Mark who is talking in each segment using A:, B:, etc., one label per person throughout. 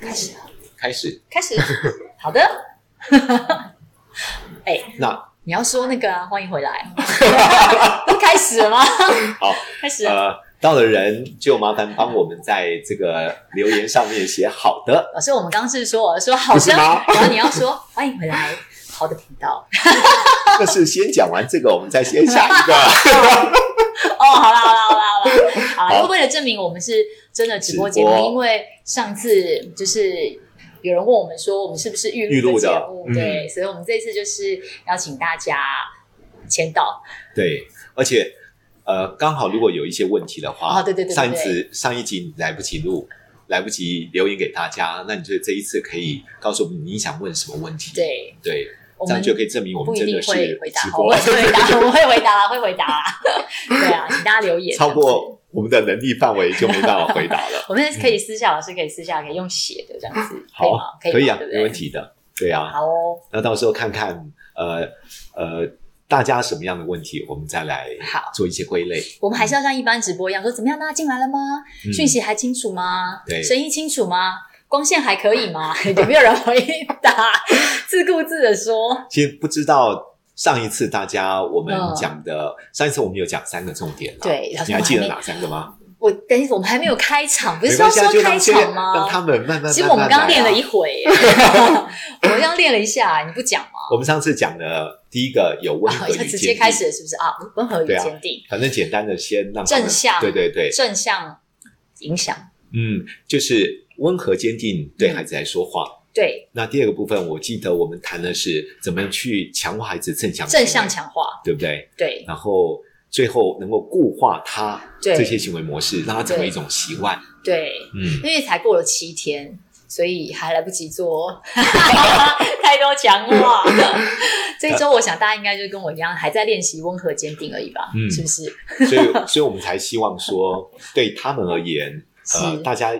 A: 开始了，
B: 开始。
A: 开始，好的。哎、
B: 那
A: 你要说那个啊，欢迎回 来，都开始了吗？
B: 好，
A: 开始了。
B: 呃，到的人就麻烦帮我们在这个留言上面写好 的，
A: 老师，我们刚刚是说，我说好
B: 不是
A: 像，
B: 吗
A: 然后你要说欢迎回来，好的频道。
B: 但是先讲完这个，我们再先下一个。
A: 哦，好啦，好啦，好啦，好啦，好啦，
B: 好
A: 因为为了证明我们是真的直播节目
B: 直，播
A: 因为上次就是有人问我们说，我们是不是预录节目？
B: 预录的嗯
A: 对，所以我们这次就是邀请大家签到。
B: 对，而且呃，刚好如果有一些问题的话，
A: 哦对对对对
B: 上一次上一集你来不及录，来不及留言给大家，那你就这一次可以告诉我们你想问什么问题。
A: 对，
B: 对，
A: 我
B: 这
A: 们
B: 样就可以证明我
A: 不
B: 们
A: 一
B: 真
A: 定
B: 的是
A: 会回答，
B: 直
A: 我
B: 播
A: 们会回答，我们会回答啦，会回答啦。对啊，请大家留言。
B: 超过我们的能力范围就没办法回答了。
A: 我们可以私下，老师可以私下可以用写的这样子， 可以吗
B: 好？，
A: 以
B: 可以
A: 吗
B: 啊
A: 对不，对
B: 没问。题的。对啊，
A: 好哦，
B: 那到时候看看呃呃大家什么样的问题，我们再来
A: 好
B: 做一些归类。
A: 我们还是要像一般直播一样说，怎么样？大家进来了吗？
B: 嗯
A: 讯息还清楚吗？
B: 对
A: 声音清楚吗？光线还可以吗？ 有没有人回答？自顾自的说，
B: 嗯其实不知道上一次大家我们
A: 嗯
B: 讲的，上一次我们有讲三个重点啦，
A: 对
B: 你还记得
A: 然后我们还没
B: 哪三个吗？
A: 我等一下，我们还没有开场，不
B: 没
A: 是要
B: 关系啊，
A: 说
B: 就
A: 开
B: 让这
A: 场
B: 让他
A: 吗？
B: 们慢慢慢慢来啊。
A: 其实我们刚练了一回， 我们刚练了一下，你不讲吗？
B: 我们上次讲的第一个有温
A: 啊
B: 和与哦
A: 要
B: 坚
A: 直接
B: 定，
A: 开始了是不是啊？温和与
B: 对啊
A: 坚定，
B: 反正简单的先让他们
A: 正向
B: 对对对，
A: 正向影响，
B: 嗯，就是温和坚定对
A: 嗯
B: 孩子来说话。
A: 对
B: 那第二个部分，我记得我们谈的是怎么样去强化孩子正向
A: 正向
B: 行
A: 强化
B: 为，，对不对？
A: 对
B: 然后最后能够固化他
A: 对
B: 这些行为模式，让他成为一种习惯。
A: 对。
B: 嗯，
A: 因为才过了七天，所以还来不及 做，哦太多强化。这一周我想大家应该就跟我一样，还在练习温和坚定而已吧，
B: 嗯
A: 是不是？
B: 所以所以我们才希望说，对他们而言，呃，
A: 是
B: 大家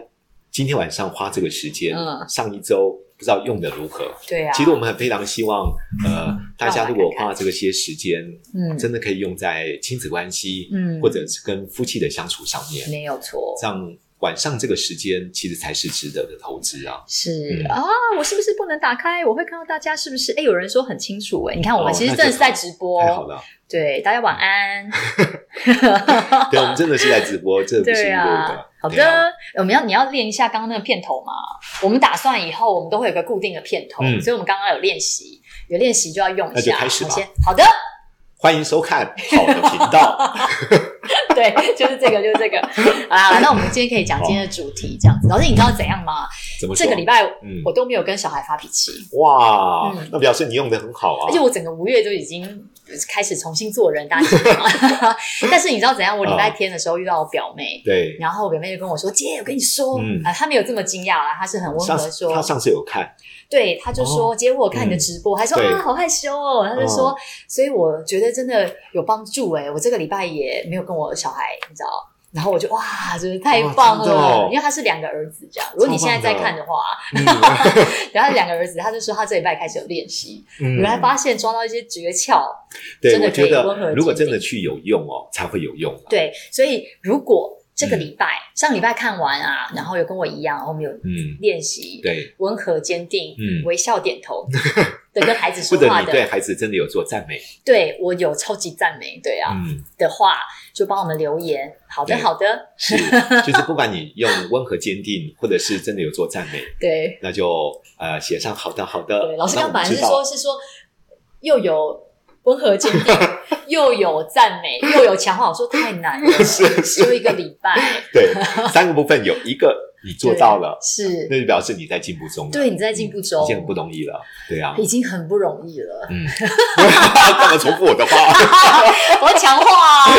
B: 今天晚上花这个时间，
A: 嗯
B: 上一周不知道用的如何。
A: 对啊，嗯
B: 其实我们很非常希望，呃，大家如果
A: 让我
B: 花这个些时间，
A: 嗯
B: 真的可以用在亲子关系，
A: 嗯
B: 或者是跟夫妻的相处上面。
A: 没有错，
B: 这样晚上这个时间其实才是值得的投资啊。
A: 是、
B: 嗯
A: 啊，我是不是不能打开？我会看到大家是不是？哎，有人说很清楚哎，你看我们
B: 哦
A: 其实
B: 那
A: 真的
B: 就是
A: 在
B: 好
A: 直播，哦
B: 太好了，
A: 对，大家晚安。
B: 对，我们真的是在直播，这不是
A: 对
B: 录
A: 啊
B: 的。，
A: 好
B: 对啊
A: 的，我们要你要练一下刚刚那个片头嘛。我们打算以后我们都会有个固定的片头，
B: 嗯
A: 所以我们刚刚有练习，有练习就要用一
B: 那
A: 下。
B: 就开始吧
A: 好先好的，
B: 欢迎收看好的频道。
A: 对，就是这个，就是 这个。啊，那我们今天可以讲今天的主题，这样子。老师，你知道怎样吗？
B: 怎么说？
A: 这个礼拜
B: 嗯
A: 我都没有跟小孩发脾气，
B: 哇
A: 嗯，
B: 那表示你用的很好啊
A: 而且。我整个五月都已经开始重新做人，大家知道 吗？ 但是你知道怎样？我礼
B: 啊
A: 拜天的时候遇到我表妹。
B: 对，
A: 然后我表妹就跟我说：“姐，我跟你说，
B: 嗯
A: 啊，她没有这么惊讶啦，她是很温和
B: 上
A: 地
B: 次
A: 说，
B: 他上次有看，
A: 对，他就说：“姐，我有看你的直播，还说
B: 哦嗯对
A: 啊，好害羞哦。”他就说：“所以我觉得真的有帮助哎、我这个礼拜也没有跟我小孩，你知道。”然后我就哇，就是太棒
B: 哇真的
A: 了，
B: 哦
A: 因为他是两个儿子这样。如果你现在在看的话， 然后他两个儿子，他就说他这礼拜开始有练习，
B: 嗯
A: 原来发现抓到一些诀窍。
B: 对
A: 真，的
B: 我
A: 可以
B: 觉
A: 温和
B: 得如果
A: 坚定
B: 真的去有用哦，才会有用啊。
A: 对，所以如果这个礼拜、上礼拜看完啊，然后有跟我一样，我们有
B: 嗯，
A: 练习
B: 对，
A: 温和坚定、
B: 嗯
A: 微笑点 头的跟孩子
B: 或
A: 说
B: 者
A: 话
B: 你
A: 的
B: 对孩子真的有做赞美，
A: 对我有超级赞美，对啊、
B: 嗯，
A: 的话，就帮我们留言。好的，
B: 对
A: 好的，
B: 是，就是不管你用温和坚定，或者是真的有做赞美，
A: 对
B: 那就呃写上好的好的
A: 对。。老师
B: 那
A: 刚
B: 我
A: 本来
B: 们
A: 是
B: 知道
A: 说，是说又有温和坚 定，又有赞美，又有强化。我说太难 了，就一个礼拜
B: 对，三个部分有一个你 做到了嗯
A: 对，是
B: 那就表示你在进步中了。
A: 对你在进步中
B: 已经很不容易了。对啊，
A: 已经很不容易 了。
B: 嗯，干嘛重复我的 话？
A: 我要强化、啊。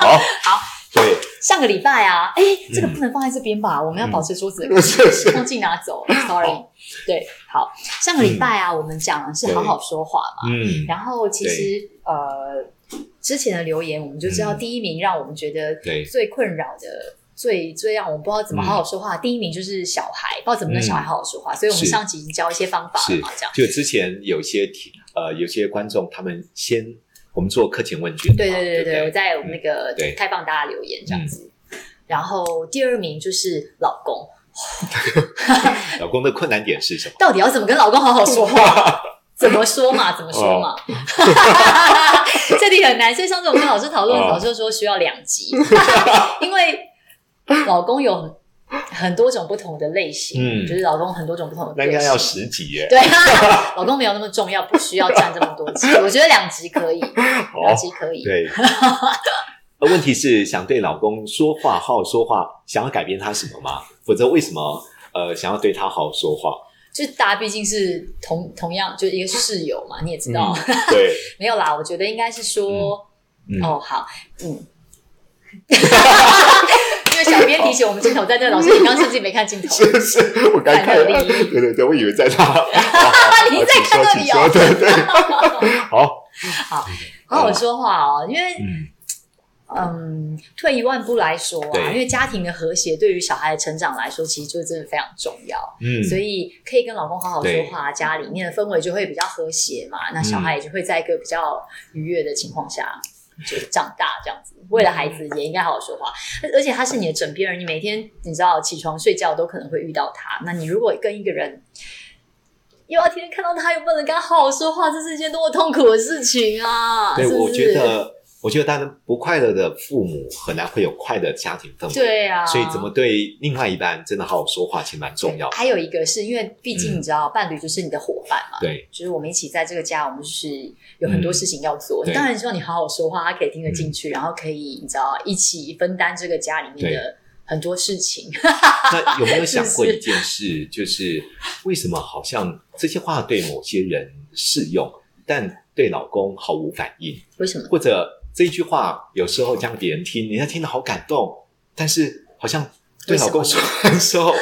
B: 好，
A: 好，
B: 对，
A: 上个礼拜啊，哎，这个
B: 嗯
A: 不能放在这边吧？我们要
B: 嗯
A: 保持桌子的
B: 是是
A: 忘记拿走了，sorry
B: 好。
A: 对，好，上个礼拜啊，我们讲的是好好说话嘛。
B: 嗯，
A: 然后其实呃，之前的留言我们就知道，
B: 嗯
A: 第一名让我们觉得
B: 对嗯
A: 最困扰的。最最让我们不知道怎么好好说话，第一名就是小孩，不知道怎么跟小孩好好说话，所以我们
B: 是
A: 上集已经教一些方法了
B: 是
A: 嘛，这样。
B: 就之前有些题呃，有些观众他们先我们做课前问卷嘛，
A: 对对对对
B: 对不
A: 对，我在我们那个
B: 对嗯
A: 开放大家留言这样子。然后第二名就是老公，
B: 老公的困难点是什么？
A: 到底要怎么跟老公好好说话？怎么说 嘛？怎么说嘛？ 这里很难。所以上次我们跟老师讨论，
B: 哦
A: 老师说需要两 集，因为老公有很多种不同的类型，
B: 嗯
A: 就是老公很多种不同的
B: 那应
A: 个
B: 该要
A: 性。
B: 十集耶。
A: 对，啊老公没有那么重要，不需要占这么多集。 我觉得两集可以，两集可以。
B: 哦对。那问题是想对老公说话，好好说话，想要改变他什么吗？否则为什么呃想要对他好好说话？
A: 就大家毕竟是同同样，就一个室友嘛，你也知
B: 嗯
A: 道，
B: 对，
A: 没有啦。我觉得应该是说，
B: 嗯
A: 哦，好，嗯。 因为小编提醒我们镜头在那，老师，你刚刚是不是没看镜头？
B: 是是，我刚看
A: 看到
B: 了，
A: 你
B: 对对对，我以为在他，好好 好
A: 你在看到
B: 啊请
A: 你
B: 说
A: 哦
B: 请说对 对，好，
A: 好好说话哦，因为
B: 嗯
A: 嗯，退一万步来说
B: 对
A: 啊，因为家庭的和谐对于小孩的成长来说，其实就真的非常重要。
B: 嗯，
A: 所以可以跟老公好好说话，家里面的氛围就会比较和谐嘛，那
B: 嗯
A: 小孩也就会在一个比较愉悦的情况下就长大，这样子。为了孩子也应该好好说话，而而且他是你的枕边人，你每天你知道起床睡觉都可能会遇到他。那你如果跟一个人又要天天看到他，又不能跟他好好说话，这是一件多么痛苦的事情啊！
B: 对，
A: 是不
B: 我
A: 是
B: 觉得，我觉得当然不快乐的父母很难会有快乐的家庭氛围，
A: 对啊，
B: 所以怎么对另外一半真的好好说话，其实蛮重要的。嗯
A: 还有一个是因为毕竟你知道，伴侣就是你的伙伴嘛。
B: 对，
A: 就是我们一起在这个家，我们就是有很多事情要做。
B: 嗯对嗯
A: 当然希望你好好说话，他可以听得进去，然后可以你知道一起分担这个家里面的很多事情。
B: 那有没有想过一件事，就是为什么好像这些话对某些人适用，但对老公毫无反应，
A: 为什么？
B: 或者这一句话有时候让别人听，人家听得好感动，但是好像对老公
A: 为什
B: 说
A: 么
B: 完之 后，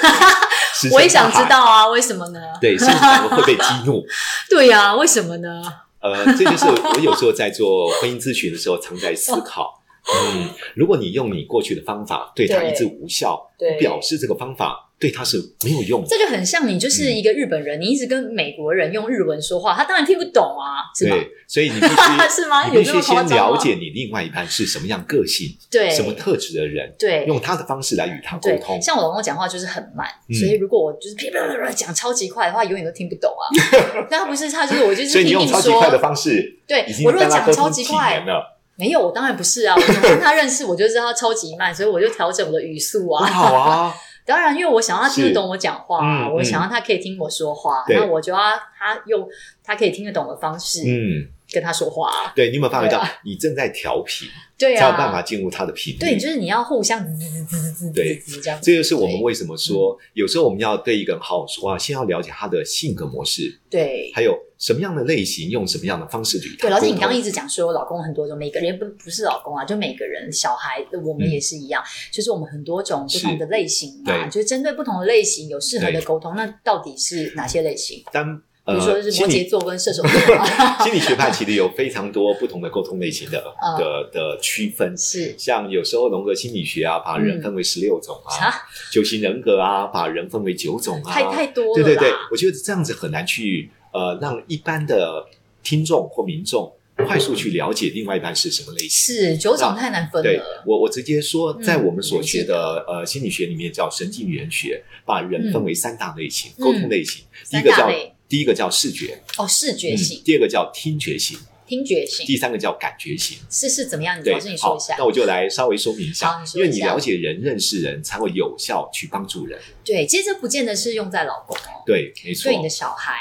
B: 石沉
A: 我也想
B: 大海
A: 知，道啊，为什么呢？
B: 对，是不是反而会被激怒？
A: 对呀、为什么呢？
B: 呃，这就是我有时候在做婚姻咨询的时候，常在思考。嗯，如果你用你过去的方法对他
A: 对
B: 一直无效，
A: 对
B: 表示这个方法对他是没有用的。
A: 这就很像你就是一个日本人，你一直跟美国人用日文说话，他当然听不懂啊，是吧？
B: 对，所以你必须
A: 是吗？
B: 你
A: 有
B: 必
A: 这
B: 须
A: 么夸
B: 先
A: 张
B: 了
A: 吗？
B: 解你另外一半是什么样个性、
A: 对，
B: 什么特质的人，
A: 对
B: 用他的方式来与他沟
A: 对，
B: 通。
A: 像我老公讲话就是很慢，
B: 嗯
A: 所以如果我就是噼啪啪啪讲超级快的话，永远都听不懂 啊。那他不是他就是我就是
B: 所以你
A: 拼
B: 用
A: 命
B: 超级快的
A: 说，
B: 方式，
A: 对
B: 已经
A: 我如果
B: 跟他
A: 讲
B: 沟
A: 超
B: 通
A: 级
B: 几
A: 快
B: 年，了，
A: 没有我当然不是啊，我从跟他认识我就知道他超级慢，所以我就调整我的语速
B: 很
A: 啊。
B: 好啊。
A: 当然，因为我想要他听得
B: 是
A: 懂我讲话啊，
B: 嗯
A: 我
B: 嗯
A: 想要他可以听我说话，
B: 对
A: 那我就要他用他可以听得懂的方式
B: 嗯，
A: 跟他说话啊。
B: 对，你有没有发觉
A: 对
B: 到你正在调频，
A: 对
B: 才有办法
A: 啊，
B: 进入他的频率？
A: 对，就是你要互相滋滋滋滋滋滋
B: 对
A: 滋这样子。
B: 这就是我们为什么说，
A: 嗯
B: 有时候我们要对一个人好好说话，先要了解他的性格模式，
A: 对，
B: 还有什么样的类型，用什么样的方式去与他
A: 对，老师，你刚刚一
B: 直
A: 直讲说老公很多种，每个人不不是老公啊，就每个人小孩，我们
B: 嗯
A: 也是一样，就是我们很多种不同的类型嘛，
B: 对
A: 就是针对不同的类型有适合的
B: 对
A: 沟通。那到底是哪些类型？
B: 当
A: 比如说
B: 呃
A: 是
B: 心
A: 摩羯
B: 理
A: 座跟射手座吗，
B: 心理学派其实有非常多不同的沟通类型的 呃
A: 嗯
B: 的的区分。
A: 是
B: 像有时候荣格心理学啊，把人
A: 嗯
B: 分为十六种啊；
A: 啊，
B: 九型人格啊，把人分为九种啊。
A: 太太多了
B: 对
A: 啦。
B: 对对，我觉得这样子很难去呃让一般的听众或民众快速去了解另外一半是什么类型。
A: 是九种
B: 那
A: 太难分
B: 对
A: 了。
B: 我，我直接说，
A: 嗯
B: 在我们所学的、呃心理学里面叫神经语言学，把人分为三大类型，
A: 嗯
B: 沟通类型，第一
A: 三
B: 个
A: 大
B: 叫
A: 类
B: 第一个叫视觉
A: 哦，视觉型、
B: 嗯第二个叫听觉型，
A: 听觉型
B: 第三个叫感觉型。
A: 是是怎么样？你
B: 对
A: 嗯老师你，说
B: 好
A: 一下，
B: 那。我就来稍微说明一
A: 好
B: 下
A: 你，说
B: 因
A: 一
B: 为
A: 下
B: 你了解人、认识人，才会有效去帮助人。
A: 对，其实这不见得是用在老公哦，
B: 对，没错
A: 对，你的小孩，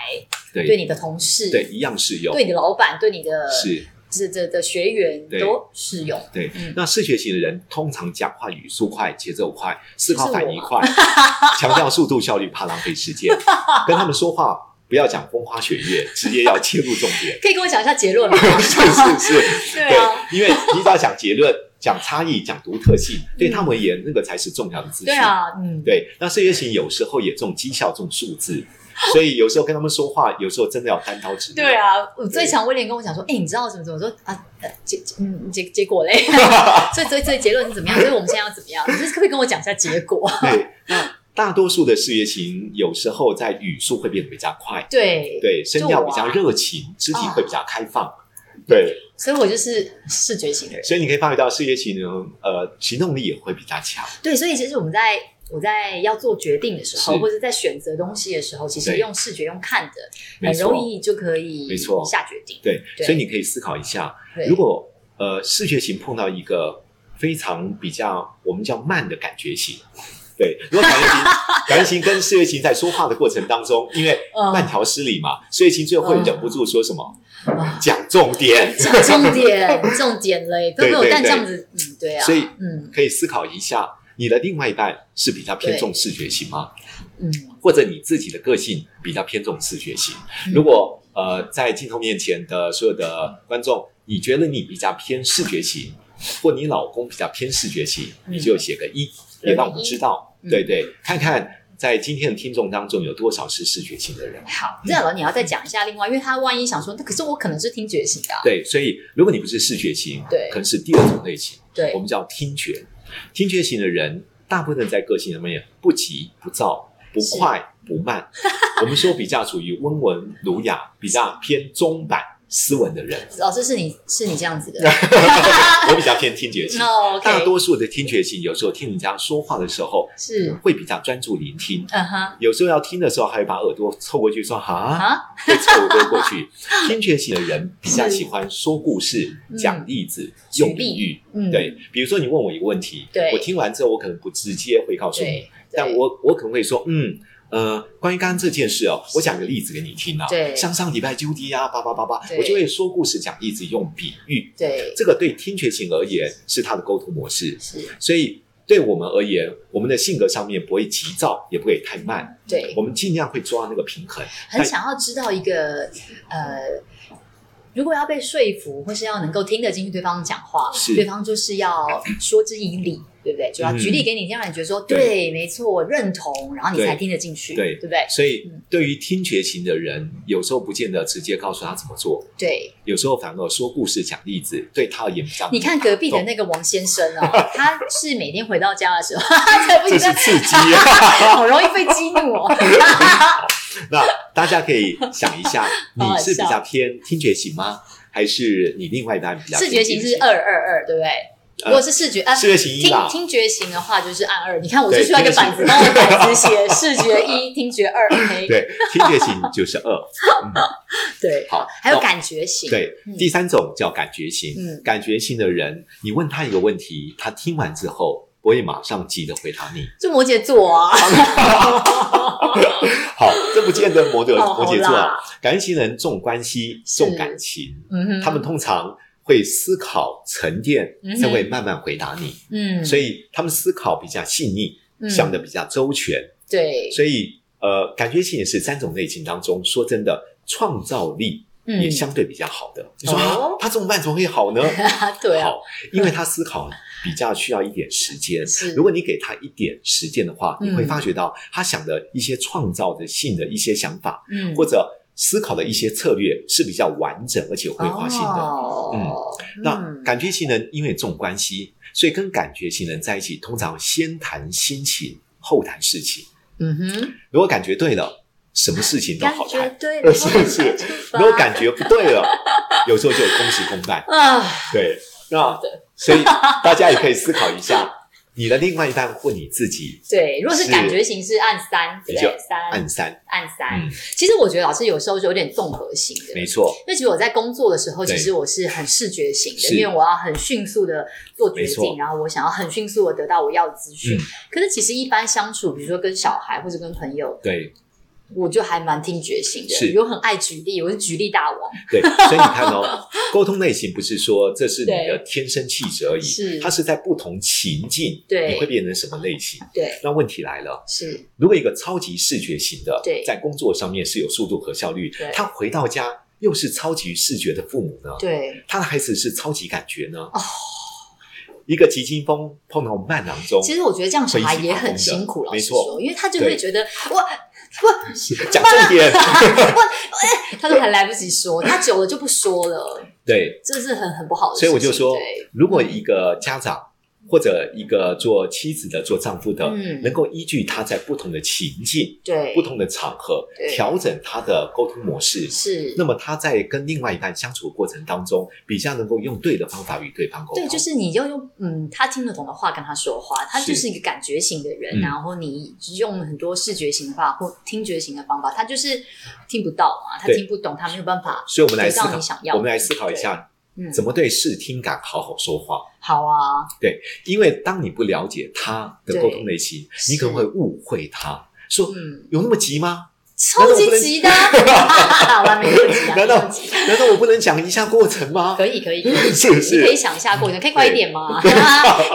B: 对
A: 对你的同事，
B: 对一样适用。
A: 对你的老板，对你的
B: 是
A: 这这的学员
B: 对
A: 都适用。
B: 对
A: 嗯，
B: 那视觉型的人通常讲话语速快、节奏快、思
A: 是
B: 考反
A: 我
B: 应
A: 吗
B: 快，强调速度效率，怕浪费时间。跟他们说话不要讲风花雪月，直接要切入重点。
A: 可以跟我讲一下结论吗？
B: 是是是，
A: 对啊，
B: 因为你只要讲结论、讲差异、讲独特性，对他们而言，那个才是重要的资
A: 嗯
B: 讯。
A: 对啊，嗯，
B: 对，那视觉型有时候也重绩效、重数字，所以有时候跟他们说话，有时候真的要单刀直入。
A: 对，啊，我最常威廉跟我讲说，哎、你知道怎么怎么说啊？呃结结嗯结结果嘞， 所以所以所以结论是怎么样？所以我们现在要怎么样？你就是可不可以跟我讲一下结 果？
B: 对，那大多数的视觉型有时候在语速会变得比较快，
A: 对，
B: 对，声调比较热情，肢体会比较开放。
A: 嗯
B: 对，
A: 所以我就是视觉型的人。
B: 所以你可以发觉到视觉型呢，呃，行动力也会比较强。
A: 对，所以其实我们在我在要做决定的时候，
B: 是
A: 或者在选择东西的时候，其实
B: 对
A: 用视觉、用看的，
B: 没
A: 很
B: 错
A: 容易就可以
B: 没错
A: 下决定。
B: 对，
A: 对
B: 所以你可以思考一下，
A: 对
B: 如果呃视觉型碰到一个非常比较我们叫慢的感觉型，对，如果感觉型感觉型跟视觉型在说话的过程当中，因为
A: 嗯
B: 慢条斯理嘛，视觉型最后会
A: 嗯
B: 忍不住说什么
A: 啊
B: 讲重 点，
A: 讲重点，重点嘞，都没有
B: 对对
A: 但这
B: 对
A: 样子，嗯，对啊，
B: 所以
A: 嗯
B: 可以思考一下，你的另外一半是比较偏
A: 对
B: 重视觉型吗？
A: 嗯，
B: 或者你自己的个性比较偏重视觉型
A: 嗯。
B: 如果呃在镜头面前的所有的观众，你觉得你比较偏视觉型，或你老公比较偏视觉型，
A: 嗯
B: 你就写个一，
A: 对
B: 也让我们知道
A: 一。
B: 对对，看看在今天的听众当中有多少是视觉型的人。
A: 好，这样老你要再讲一下，另外，因为他万一想说，那可是我可能是听觉型的啊，
B: 对，所以如果你不是视觉型，
A: 对
B: 可能是第二种类型，
A: 对
B: 我，们叫听觉。听觉型的人，大部分在个性上面不急不躁、不
A: 是
B: 快不慢，我们说比较属于温文儒雅，比较偏中版斯文的人。
A: 老师是你是你这样子 的
B: 我比较偏听觉型，
A: 哦
B: 大
A: ，OK，
B: 多数的听觉型有时候听人家说话的时候，
A: 是，
B: 会比较专注聆听。
A: 嗯哼，
B: 有时候要听的时候，还会把耳朵凑过去说“哈
A: 啊，”，
B: 会凑过过去。听觉型的人比较
A: 是
B: 喜欢说故事、
A: 嗯
B: 讲例子、
A: 举
B: 用
A: 例
B: 比喻。
A: 嗯，
B: 对，比如说你问我一个问题，
A: 对
B: 我听完之后，我可能不直接会告诉你
A: 对，，
B: 但
A: 对
B: 我我可能会说，嗯。呃，关于刚刚这件事哦，我讲个例子给你听啊。
A: 对
B: 上上礼拜就地啊，叭叭叭叭，
A: 对
B: 我就会说故事、讲例子，用比喻。
A: 对
B: 这个对听觉型而言是他的沟通模式，
A: 是，
B: 所以对我们而言，我们的性格上面不会急躁，也不会太慢，
A: 对
B: 我，们尽量会抓那个平衡。
A: 很想要知道一个呃，如果要被说服，或是要能够听得进去对方讲话，
B: 是
A: 对方就是要说之以理，对不对？就要举例给你，这样让你觉得说
B: 嗯对
A: 对，没错，我认同，然后你
B: 对
A: 才听得进去，
B: 对
A: 对不对？
B: 所以
A: 嗯，
B: 对于听觉型的人，有时候不见得直接告诉他怎么做，
A: 对，
B: 有时候反而说故事、讲例子，对他而言比较。
A: 你看隔壁的那个王先生哦， 他是每天回到家的 时候，对不
B: 这
A: 起，
B: 是刺激啊！
A: 好容易被激怒 哦。
B: 那大家可以想一下，你
A: 好好
B: 是比
A: 笑
B: 较偏听觉型吗？还是你另外一半比较
A: 视
B: 偏
A: 觉
B: 听
A: 型是二二二，对不对？如果是视觉，啊，
B: 视觉型一
A: 听
B: 啦
A: 听觉型的话就是按二。你看，我就
B: 对
A: 需要一个
B: 听觉
A: 板
B: 型
A: 子帮我板子写视觉 一，听觉二，OK。
B: 对，听觉型就是二。嗯
A: 对，
B: 好
A: 还有
B: 那
A: 感觉型，
B: 对
A: 嗯，
B: 第三种叫感觉型。
A: 嗯
B: 感觉型的人，你问他一个问题，他听完之后不会马上急着回答你。
A: 就摩羯座啊，
B: 好，这不见得 摩羯
A: 哦
B: 摩羯座
A: 好
B: 啊
A: 啦。
B: 感觉型人重关系、
A: 是
B: 重感情，
A: 嗯哼，
B: 他们通常会思考、沉淀
A: 嗯，哼
B: 才会慢慢回答你。
A: 嗯，
B: 所以他们思考比较细腻，
A: 以
B: 想的比较周全。
A: 对，
B: 所以呃，感觉型也是三种类型当中，说真的，创造力
A: 嗯
B: 也相对比较好的。你说、
A: 哦
B: 啊，他这么慢怎么会好呢？
A: 对啊，
B: 好，因为他思考比较需要一点时间。
A: 是
B: 如果你给他一点时间的话，
A: 嗯
B: 你会发觉到他想的一些创造的性的一些想法，
A: 嗯
B: 或者思考的一些策略是比较完整而且有规划性的。
A: 哦，嗯
B: 那感觉型人因为重关系，所以跟感觉型人在一起，通常先谈心情，后谈事情。
A: 嗯哼，
B: 如果感觉对了，什么事情都
A: 感
B: 好
A: 觉
B: 谈；
A: 对了，
B: 是不是如果感觉不对了， 有时候就公事公办。
A: 啊，
B: 对，那
A: 好的
B: 所以大家也可以思考一下，你的另外一半或你自己
A: 对，如果是
B: 是
A: 感觉型是按三，对
B: 你
A: 不
B: 就
A: 对，三
B: 按三，
A: 按三
B: 嗯。，
A: 其实我觉得老师有时候就有点综合型的，
B: 没错，
A: 因为其实我在工作的时候，
B: 对
A: 其实我是很视觉型的，
B: 是
A: 因为我要很迅速的做决
B: 没
A: 定，
B: 错
A: 然后我想要很迅速的得到我要的资讯。
B: 嗯
A: 可是其实一般相处，比如说跟小孩或者跟朋友，
B: 对
A: 我就还蛮听觉型的，
B: 是
A: 有很爱举例，我是举例大王。
B: 对，所以你看 哦，沟通类型不是说这是你的
A: 对
B: 天生气质而已，
A: 是
B: 它是在不同情境，
A: 对
B: 你会变成什么类型？
A: 对，
B: 那问题来了。
A: 是
B: 如果一个超级视觉型的
A: 对，
B: 在工作上面是有速度和效率
A: 对，
B: 他回到家又是超级视觉的父母呢？
A: 对，
B: 他的孩子是超级感觉呢？
A: 哦
B: 一个急惊风碰到慢郎中，
A: 其实我觉得这样小孩
B: 回心
A: 也
B: 转意
A: 很
B: 的
A: 辛苦，老
B: 没
A: 实
B: 错
A: 说，因为他就会觉得哇。
B: 讲重点，
A: 他都还来不及说，他久了就不说了，
B: 对，
A: 哦这是很很不好的事情。
B: 所以我就说
A: 对，
B: 如果一个家长或者一个做妻子的、做丈夫的，
A: 嗯
B: 能够依据他在不同的情境、
A: 对，
B: 不同的场合
A: 对
B: 调整他的沟通模式。
A: 是
B: 那么他在跟另外一半相处的过程当中，比较能够用对的方法与对方沟通。
A: 对，就是你要用嗯他听得懂的话跟他说话，他就
B: 是
A: 是一个感觉型的人，
B: 嗯
A: 然后你用很多视觉型的话或听觉型的方法，他就是听不到嘛，他
B: 对
A: 听不懂，他没有办法
B: 所以我们来思
A: 得到
B: 考
A: 你想要，的
B: 我们来思考一下，
A: 嗯，
B: 怎么对视听感好好说话。
A: 好啊？
B: 因为当你不了解他的沟通类型，
A: 对
B: 你可能会误会他，说
A: 嗯，
B: 有那么急吗？
A: 超级急的啊，我还没有急啊，
B: 难道
A: 没有急
B: 难道我不能讲一下过 程吗？
A: 可以可以可以，
B: 是不是
A: 你可以想一下过程，可以快一点 吗？ 可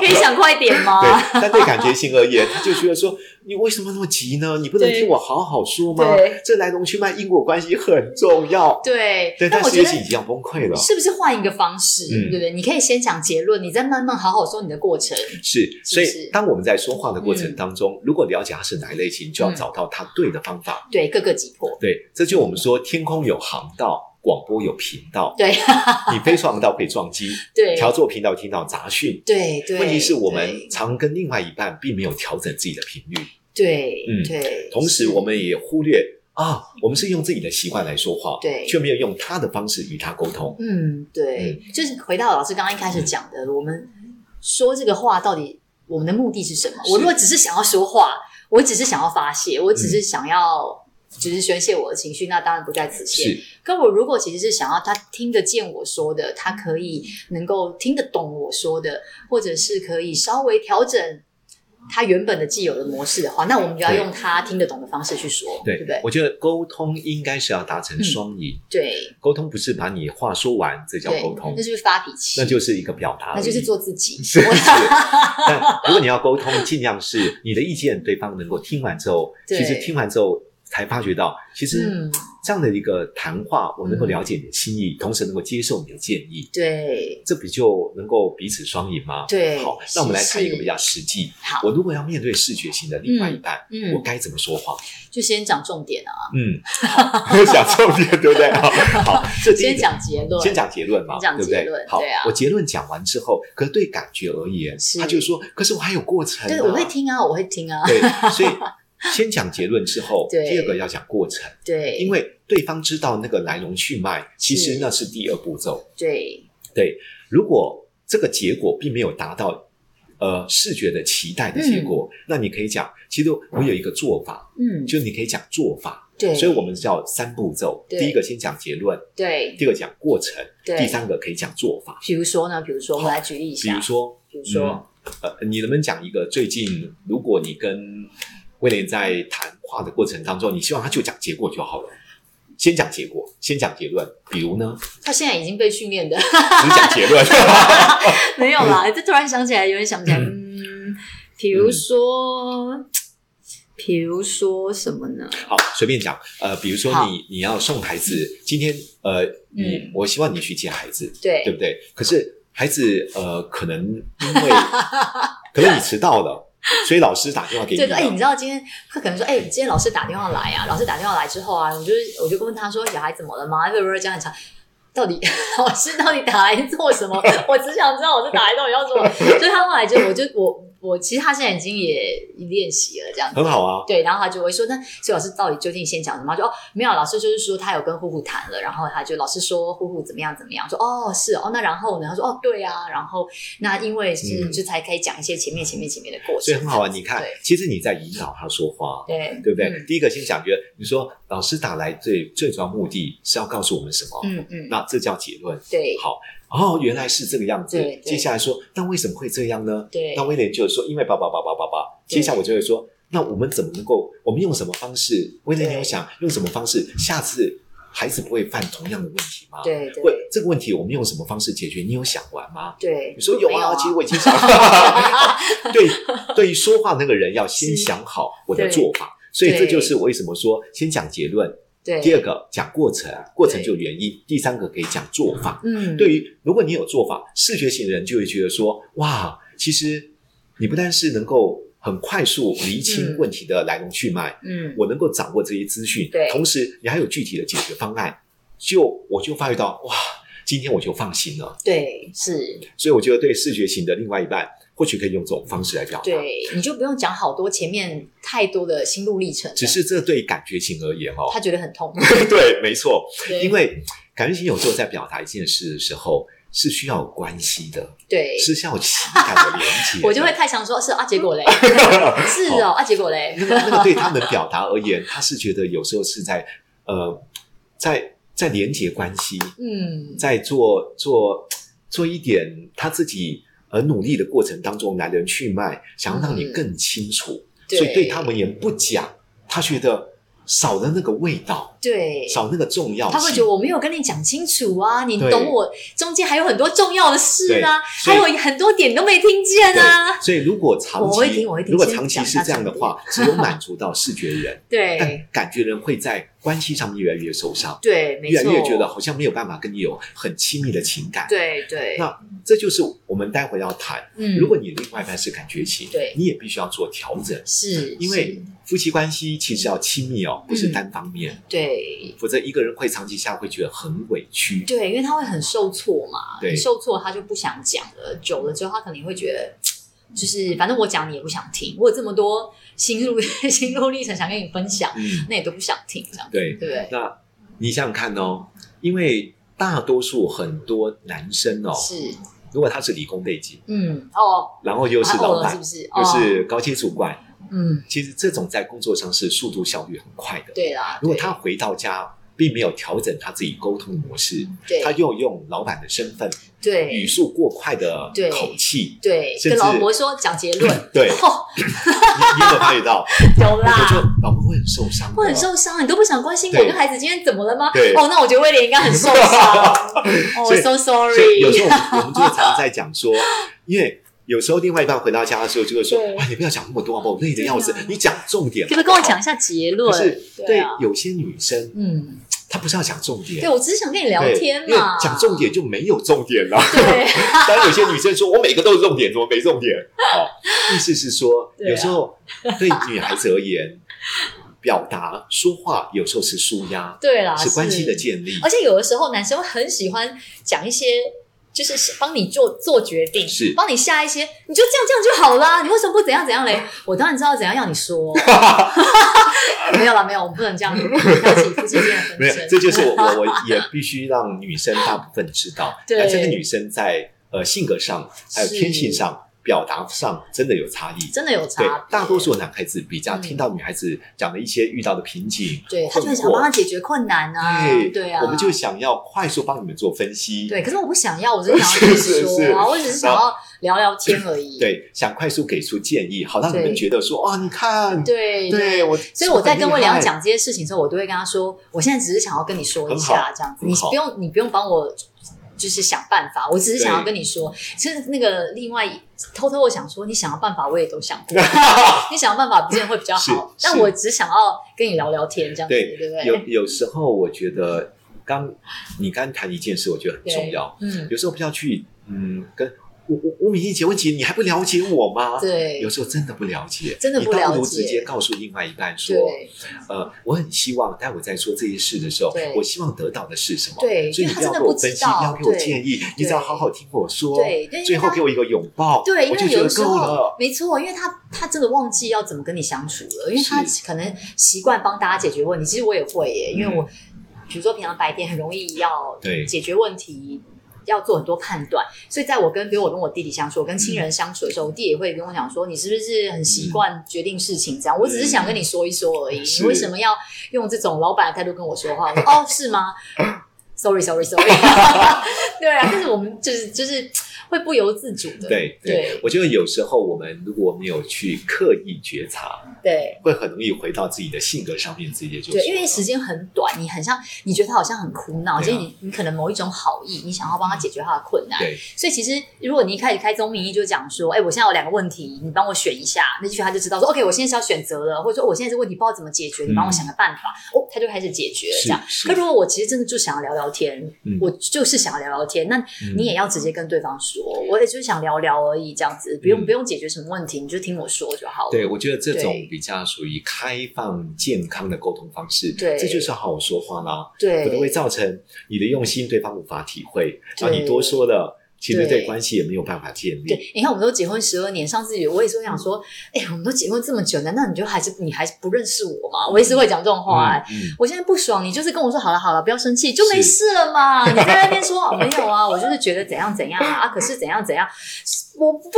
A: 以想快一点吗？
B: 对，但对感觉型而言，他就觉得说，你为什么那么急呢？你不能听我好好说吗
A: 对？
B: 这来龙去脉、因果关系很 重要。
A: 对
B: 对，
A: 但
B: 但
A: 我
B: 事
A: 觉
B: 业
A: 得
B: 性已经要崩溃了。
A: 是不是换一个方式，
B: 嗯
A: 对不对？你可以先讲结论，你再慢慢好好说你的过程。
B: 是，
A: 是
B: 所
A: 不
B: 以
A: 是
B: 当我们在说话的过程
A: 嗯
B: 当中，如果了解他是哪一类型，就要
A: 嗯
B: 找到他对的方法。
A: 对，各个击破。
B: 对，这就我们说天空有航道，广播有频道，
A: 对
B: 你飞出航道可以撞击，
A: 对
B: 调做频道听到杂讯。
A: 对对，
B: 问题是我
A: 对
B: 们常跟另外一半并没有调整自己的频率，
A: 对
B: 嗯
A: 对，
B: 同时
A: 是
B: 我们也忽略啊，我们是用自己的习惯来说话，
A: 对
B: 却没有用他的方式与他沟通。
A: 嗯，对，就是回到老师刚刚一
B: 嗯
A: 开始讲的，我们说这个话到底我们的目的是什么？
B: 是嗯
A: 我如果只是想要说话，我只是想要发泄，我只是想要。只是宣泄我的情绪，那当然不在此限。
B: 是
A: 可我如果其实是想要他听得见我说的，他可以能够听得懂我说的，或者是可以稍微调整他原本的既有的模式的话，那我们就要
B: 对
A: 用他听得懂的方式去说，对
B: 对
A: 不对？
B: 我觉得沟通应该是要达成双赢。
A: 对，
B: 沟通不是把你话说完，这叫
A: 对，
B: 沟通
A: 那，就是发脾气，
B: 那就是一个表达而已，
A: 那就是做自己。 嗯
B: 是是。 但如果你要沟通，尽量是你的意见对方能够听完之后，
A: 对
B: 其实听完之后才发觉到，其实
A: 嗯
B: 这样的一个谈话，我能够了解你的心意，同时能够接受你的建议，
A: 对，
B: 这不就能够彼此双赢吗？
A: 对
B: 好
A: 是，
B: 那我们来谈一个比较实际。
A: 好
B: 我如果要面对视觉型的另外一半，
A: 嗯嗯
B: 我该怎么说话？
A: 就先讲重点啊，
B: 嗯， 好想重点，对不对？好，好，这第一
A: 先
B: 个
A: 讲结论，
B: 先讲结论嘛，
A: 先讲
B: 对不
A: 结论
B: 对？好，
A: 对啊
B: 我结论讲完之后，可是对感觉而言
A: 是，
B: 他就说，可是我还有过程、啊，
A: 对，我会听 啊，我会听啊，
B: 对，所以先讲结论之后，
A: 对
B: 第二个要讲过程，
A: 对，
B: 因为对方知道那个来龙去脉，其实那是第二步骤。
A: 对
B: 对，如果这个结果并没有达到。呃，视觉的期待的结果，那你可以讲，其实我有一个做法，
A: 嗯，
B: 就你可以讲做法，
A: 对，
B: 所以我们叫三步骤。
A: 对
B: 第一个先讲结论，
A: 对
B: 第二个讲过程，
A: 对，
B: 第三个可以讲做法。
A: 比如说呢，比如说我们来举例一
B: 比
A: 下
B: 如，说，
A: 比如说，
B: 嗯，呃，你能不能讲一个最近，如果你跟威廉在谈话的过程当中，你希望他就讲结果就好了，先讲结果，先讲结论。比如呢，
A: 他现在已经被训练的
B: 只讲结论，
A: 没有啦，
B: 嗯
A: 这突然想起来，有点想不起来，嗯，比如说，比如说什么呢？
B: 好，随便讲。呃，比如说
A: 好
B: 你你要送孩子，今天呃，你、
A: 嗯
B: 我希望你去接孩子，对
A: 对
B: 不对？可是孩子呃，可能因 为可能你迟到了，所以老师打电话给你
A: 对
B: 了，
A: 对，哎，你知道今天他可能说，哎，今天老师打电话来啊，老师打电话来之后啊，我就是我就问他说，小孩怎么了吗？会不会这样很长？到底 老师到底打来做什么？ 我只想知道老师打来到底要做什么。所以他后来就我就我我其实他现在已经也练习了这样子
B: 很。好啊。
A: 对，然后他就会说，那所以老师到底究竟先讲什么？他就哦，没有，老师就是说他有跟呼呼谈了，然后他就老师说呼呼怎么样怎么样，说哦是哦，那然后呢？他说哦对啊，然后那因为是、
B: 嗯
A: 就才可以讲一些前面前面前面的过程，
B: 所以很好啊，你看
A: 对，
B: 其实你在引导他说话，
A: 对
B: 对不对？
A: 嗯
B: 第一个先讲觉得，你说老师打来最最主要目的是要告诉我们什么？
A: 嗯嗯，
B: 那这叫结论。
A: 对
B: 好，哦，原来是这个样子
A: 对。对
B: 接下来说，那为什么会这样呢？
A: 对
B: 那威廉就说，因为叭叭叭叭叭叭。
A: 对
B: 接下来我就会说，那我们怎么能够，我们用什么方式？威廉，
A: 对
B: 你有想用什么方式，下次孩子不会犯同样的问题吗？
A: 对对
B: 问这个问题，我们用什么方式解决？你有想完吗？
A: 对，
B: 你说有
A: 嗯没
B: 啊，其实我已经想好。对， 对于说话那个人要先想好我的做法，所以这就是我为什么说先讲结论，
A: 对，
B: 第二个讲过程，过程就原因，第三个可以讲做法。
A: 嗯，
B: 对于如果你有做法，视觉型的人就会觉得说，哇，其实你不但是能够很快速厘清
A: 嗯
B: 问题的来龙去脉，
A: 嗯
B: 我能够掌握这些资讯，
A: 对
B: 同时你还有具体的解决方案，就我就发觉到，哇，今天我就放心了。
A: 对是
B: 所以我觉得对视觉型的另外一半，或许可以用这种方式来表达。
A: 对，你就不用讲好多前面太多的心路历程了，
B: 只是这对感觉型而言哦
A: 他，觉得很痛，
B: 对，没错，
A: 对
B: 因为感觉型有时候在表达一件事的时候是需要有关系的，
A: 对，
B: 是需要有情感的连接的。
A: 我就会太想说，是啊，结 果嘞，是哦，啊，结果嘞，
B: 那个那个对他们表达而言，他是觉得有时候是在呃，在在连接关系，
A: 嗯，
B: 在做做做一点他自己很努力的过程当中来人去脉，想要让你更清楚，
A: 嗯对
B: 所以对他们也不讲，他觉得少了那个味道，
A: 对，
B: 少那个重要性，
A: 他会觉得我没有跟你讲清楚啊，你
B: 对
A: 懂我，中间还有很多重要的事啊，
B: 对
A: 还
B: 所
A: 有很多点都没听见啊，
B: 对，所以如果长
A: 我
B: 期
A: 会听我会听
B: 如果
A: 先
B: 长期
A: 讲
B: 是
A: 他
B: 这样的
A: 讲
B: 话，只有满足到视觉人，但
A: 对
B: 感觉人会在关系上面越来越受伤。
A: 对，没
B: 越来
A: 错，
B: 越觉得好像没有办法跟你有很亲密的情感。，
A: 对对，
B: 那这就是我们待会要谈。
A: 嗯，
B: 如果你另外一半是感觉型，
A: 对
B: 你也必须要做调整，
A: 是
B: 因
A: 是
B: 为夫妻关系其实要亲密
A: 嗯
B: 哦，不是单方面，
A: 对
B: 否则一个人会长期下会觉得很委屈。
A: 对，因为他会很受挫嘛，
B: 对
A: 受挫他就不想讲了，久了之后他可能会觉得。就是，反正我讲你也不想听，我有这么多心路 心路历程想跟你分享，
B: 嗯，
A: 那也都不想听，这样
B: 对
A: 对。不对？
B: 那你想想看哦，因为大多数很多男生哦，
A: 是，
B: 如果他是理工背景，
A: 嗯，哦，
B: 然后又是
A: 他偶
B: 老
A: 了是
B: 板
A: 不，是？
B: 又
A: 哦、
B: 是高阶主管，
A: 嗯，
B: 其实这种在工作上是速度效率很快的。
A: 对啦。
B: 如果
A: 对
B: 他回到家并没有调整他自己沟通的模式，
A: 对
B: 他又用老板的身份、语
A: 对
B: 速过快的
A: 对
B: 口气，
A: 对，
B: 甚
A: 跟老
B: 至
A: 婆说讲结论，
B: 对，
A: 哦，
B: 你你有没有发 觉到？
A: 有
B: 我就
A: 啦，
B: 老婆会很受伤的，
A: 会很受伤，你都不想关心我
B: 对
A: 跟孩子今天怎么了吗？
B: 对
A: 哦，那我觉得威廉应该很受伤，哦
B: 所以
A: ，so
B: 所以
A: sorry，
B: 有时候我们我们就常常在讲说，因为。有时候另外一半回到家的时候，就会说哎
A: 对：“
B: 哇，你不要讲那么多，好不好？我累得要死
A: 对啊，
B: 你讲重点。”
A: 可不可以跟我讲？一下结
B: 可
A: 论？
B: 是
A: 对
B: 对
A: 啊
B: 有些女生，
A: 嗯，
B: 她不是要讲重点
A: 对，，我只是想跟你聊
B: 对
A: 天
B: 因为
A: 嘛，
B: 讲重点就没有重点 了。
A: 对，
B: 当然，有些女生说我每个都是重点，怎么没重点？哦，意思是说，
A: 对啊
B: 有时候对女孩子而言，表达说话有时候是舒压，
A: 对啦，
B: 是关系的建立，
A: 而且有的时候男生会很喜欢讲一些，就是帮你做做决定，
B: 是
A: 帮你下一些，你就这样这样就好啦。你为什么不怎样怎样嘞？我当然知道怎样要你 说。没有啦，没有，我们不能这样挑起夫妻之间的纷
B: 没有
A: 争。，
B: 这就是我我我也必须让女生大部分知道，
A: 对
B: 男生跟女生在呃性格上还有
A: 是
B: 天性上表达上真的有差异。
A: 真的有差
B: 对
A: 别。，
B: 大多数男孩子比较
A: 嗯
B: 听到女孩子讲的一些遇到的瓶颈，
A: 对，他就很
B: 困
A: 想帮
B: 惑
A: 他解决困难啊，
B: 对
A: 对啊，
B: 我们就想要快速帮你们做分析，
A: 对。可是我不想要，我只是想要跟你
B: 是 是是
A: 说啊，我只是想要聊聊天而已。
B: 对，想快速给出建议，好让你们
A: 对
B: 觉得说，哇，你看，
A: 对
B: 对我，
A: 所以我在跟
B: 我
A: 魏
B: 很厉
A: 良
B: 害，
A: 讲这些事情的时候，我都会跟他说，我现在只是想要跟你说一
B: 很
A: 下
B: 好
A: 这样子，
B: 很
A: 你
B: 好
A: 不用你不用帮我就是想办法，我只是想要
B: 对
A: 跟你说，其实那个另外偷偷我想说，你想要办法我也都想 过，你想要办法不见得会比较
B: 是
A: 好，但
B: 是
A: 我只想要跟你聊聊天这样子，
B: 对
A: 对不
B: 有
A: 对？
B: 有时候我觉得刚你刚谈一件事，我觉得很
A: 对
B: 重要。
A: 嗯，
B: 有时候不要去，嗯，跟我我我每天结婚前你还不了解我吗？
A: 对
B: 有，时候真的不了解，
A: 真的
B: 你
A: 不
B: 倒
A: 了
B: 不如
A: 解
B: 直接告诉另外一半说，
A: 对，
B: 呃，我很希望待会在说这些事的时候
A: 对，
B: 我希望得到的是什么？
A: 对
B: 所以
A: 因为
B: 你
A: 他真
B: 不要
A: 的
B: 给我
A: 不
B: 分
A: 知
B: 析，不要
A: 道
B: 给我
A: 对
B: 建议，你只要好好听我说，
A: 对因为
B: 最后
A: 他
B: 给我一个拥抱，
A: 对，因
B: 我就
A: 为
B: 觉
A: 有
B: 得
A: 的时
B: 够
A: 候
B: 了。
A: 没错，因为他他真的忘记要怎么跟你相处了，因为他
B: 是
A: 可能习惯帮大家解决问题。其实我也会耶，因为我、比如说平常白天很容易要
B: 嗯对
A: 解决问题。要做很多判断，所以在我跟比如我跟我弟弟相处，我跟亲
B: 嗯
A: 人相处的时候，我弟也会跟我讲说，你是不是很习惯决定事情这样？我只是想跟你说一说而已，
B: 是
A: 你为什么要用这种老板的态度跟我说话？我说哦，是吗？Sorry, Sorry, Sorry 。 对啊，但是我们就是就是会不由自主的，
B: 对对
A: 对，
B: 我觉得有时候我们如果没有去刻意觉察，
A: 对
B: 会很容易回到自己的性格上面直接就
A: 对，
B: 说
A: 因为时间很短，你很像，你觉得他好像很苦恼，
B: 对啊
A: 其实你你可能某一种好意，你想要帮他解决他的困难，
B: 对
A: 所以其实如果你一开始开宗明义就讲说，哎、我现在有两个问题，你帮我选一下，那就他就知道说，OK，我现在是要选择了，或者说我现在这个问题不知道怎么解决，你帮我想个办法，哦，他就开始解决了
B: 嗯是
A: 这样。
B: 是
A: 可如果我其实真的就想要聊聊天，
B: 嗯
A: 我就是想要聊聊天，那你也要直接跟对方说，我也就是想聊聊而已，这样子不用、
B: 嗯
A: 不用解决什么问题，你就听我说就好了。
B: 对，我觉得这种
A: 对
B: 比较属于开放、健康的沟通方式，
A: 对
B: 这就是好好说话啦，
A: 对
B: 可能会造成你的用心对方无法体会，
A: 对
B: 然后你多说了。其实
A: 对
B: 对关系也没有办法建立。
A: 对，你看我们都结婚十二年，上次有我也是
B: 嗯
A: 会想说，哎、我们都结婚这么久，难道你就还是你还是不认识我吗？我也是会讲这种话、哎
B: 嗯，
A: 我现在不爽，你就是跟我说好了好了，不要生气就没事了嘛。你在那边说哦没有啊，我就是觉得怎样怎样啊，啊可是怎样怎样，我不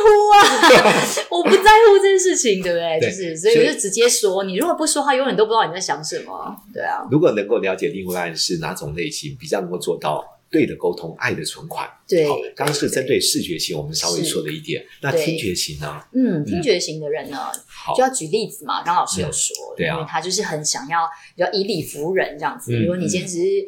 A: 在乎啊， 我不在乎这件事情，对不对？
B: 对
A: 就是所以
B: 所以
A: 我就直接说，你如果不说话，永远都不知道你在想什么。对啊
B: 嗯，如果能够了解另外一半是哪种类型，比较能够做到对的沟通、爱的存款。
A: 对
B: 好，，刚刚是针对视觉型，我们稍微说了一点。那
A: 对
B: 听觉型呢？
A: 嗯，听觉型的人呢，
B: 好
A: 就要举例子嘛。刚刚老师有说，
B: 嗯对啊
A: 因为他就是很想要比较以理服人这样子。
B: 嗯
A: 如果你今天只是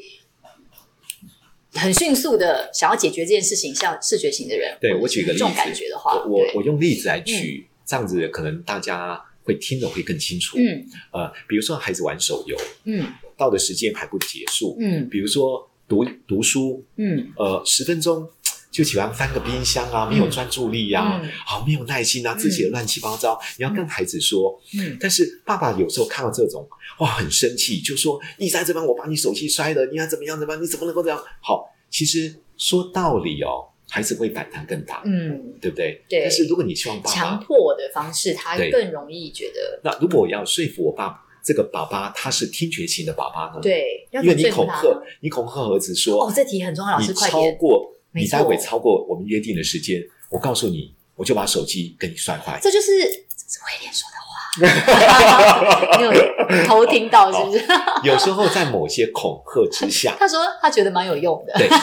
A: 很迅速的想要解决这件事情，像视觉型的人，
B: 对
A: 或者
B: 我举个例
A: 这
B: 子
A: 种嗯感觉的话，
B: 我我
A: 对
B: 我用例子来举，这样子可能大家会听得会更清楚。
A: 嗯
B: 呃，比如说孩子玩手游，
A: 嗯
B: 到的时间还不结束；
A: 嗯
B: 比如说读读书，
A: 嗯
B: 呃，十分钟就喜欢翻个冰箱啊，没有专注力啊，
A: 嗯
B: 好没有耐心啊，自己也乱七八糟。你要跟孩子说，
A: 嗯，
B: 但是爸爸有时候看到这种，哇，很生气，就说你在这边我把你手机摔了，你要怎么样怎么样，你怎么能够这样？好，其实说道理哦，孩子会反弹更大，
A: 嗯，
B: 对不对？
A: 对
B: 但是如果你希望爸
A: 强
B: 爸，
A: 迫的方式，他
B: 对
A: 更容易觉得
B: 那如果我要说服我爸这个爸爸他是听觉型的爸爸呢？，
A: 对，要
B: 因为
A: 怎
B: 你
A: 么说
B: 恐
A: 服他
B: 吓
A: 呢？，
B: 你恐吓儿子说，
A: 哦，这题很重要，老
B: 你
A: 师快
B: 超
A: 点，
B: 过，
A: 没
B: 你待会
A: 错
B: 超过我们约定的时间，我告诉你，我就把手机给你摔坏。
A: 这就是这是威廉说的话，你有偷听到是不是？
B: 有时候在某些恐吓之下，
A: 他说他觉得蛮有用的，
B: 对对，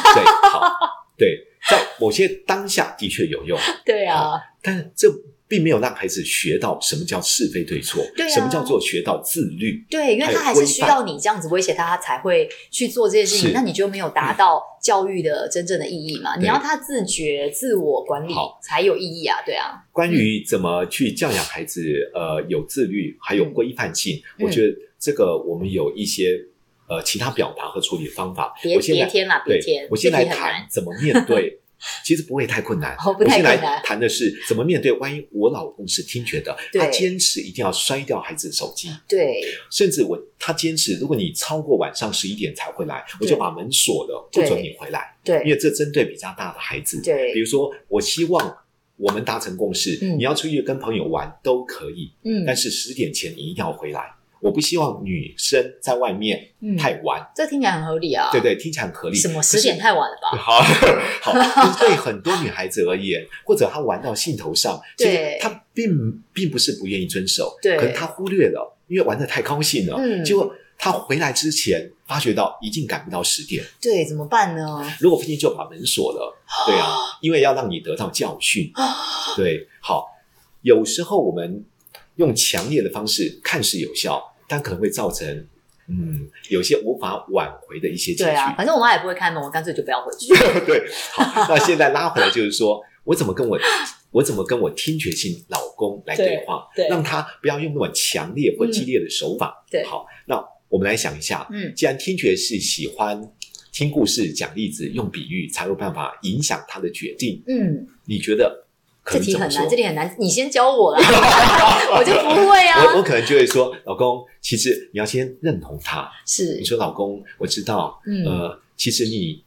B: 好，对，在某些当下的确有用，
A: 对啊，
B: 但这并没有让孩子学到什么叫是非对错，
A: 对啊
B: 什么叫做学到自律。
A: 对，因为他还是需
B: 还
A: 要你这样子威胁他，他才会去做这件事情。
B: 是
A: 那你就没有达到教育的真正的意义嘛？
B: 对
A: 你要他自觉、自我管理
B: 好
A: 才有意义啊，对啊，
B: 关于怎么去教养孩子，呃，有自律还有规范性，
A: 嗯
B: 我觉得这个我们有一些呃其他表达和处理的方法。
A: 别
B: 我现
A: 别
B: 在
A: 添啦，别
B: 对
A: 添，，
B: 我先来
A: 这题很难
B: 谈怎么面 对，其实不会太困难。
A: 哦不太
B: 我先来
A: 困难
B: 谈的是怎么面对，万一我老公是听觉的，
A: 对
B: 他坚持一定要摔掉孩子的手机，
A: 对
B: 甚至我他坚持，如果你超过晚上十一点才会来，我
A: 对
B: 就把门锁了，不
A: 对
B: 准你回来，因
A: 对
B: 为这针对比较大的孩子。比
A: 对，
B: 如说，我希望。我们达成共识，
A: 嗯
B: 你要出去跟朋友玩都可以，
A: 嗯
B: 但是十点前你一定要回来。我不希望女生在外面
A: 嗯，
B: 太晚，
A: 这听起来很合理啊，
B: 对对，听起来很合理。
A: 什么
B: 可
A: 十
B: 是
A: 点太晚了吧？
B: 好好， 就是对很多女孩子而言，或者她玩到兴头上，其
A: 对
B: 实她并并不是不愿意遵守，
A: 对
B: 可能她忽略了，因为玩的太高兴了，
A: 嗯
B: 结果她回来之前发觉到一定赶不到十点，
A: 对，怎么办呢？
B: 如果不行就把门锁了，
A: 哦
B: 对啊，因为要让你得到教训，对，好，有时候我们用强烈的方式看似有效，但可能会造成嗯有些无法挽回的一些情
A: 对
B: 绪，
A: 啊，反正我妈也不会开门，我干脆就不要回去。
B: 对，好，那现在拉回来就是说，我怎么跟我我怎么跟我听觉性老公来对话，
A: 对对
B: 让他不要用那么强烈或激烈的手法。
A: 嗯对
B: 好，那我们来想一下，
A: 嗯
B: 既然听觉是喜欢听故事、讲例子、用比喻，才有办法影响他的决定，
A: 嗯，
B: 你觉得可
A: 这
B: 能
A: 题
B: 怎么
A: 很
B: 说
A: 难，这？题很难，你先教我啦， 我就不会
B: 我我
A: 啊。
B: 可能就会说，老公，其实你要先认同他。
A: 是
B: 你，说，老公，我知道，
A: 嗯，
B: 呃，其实你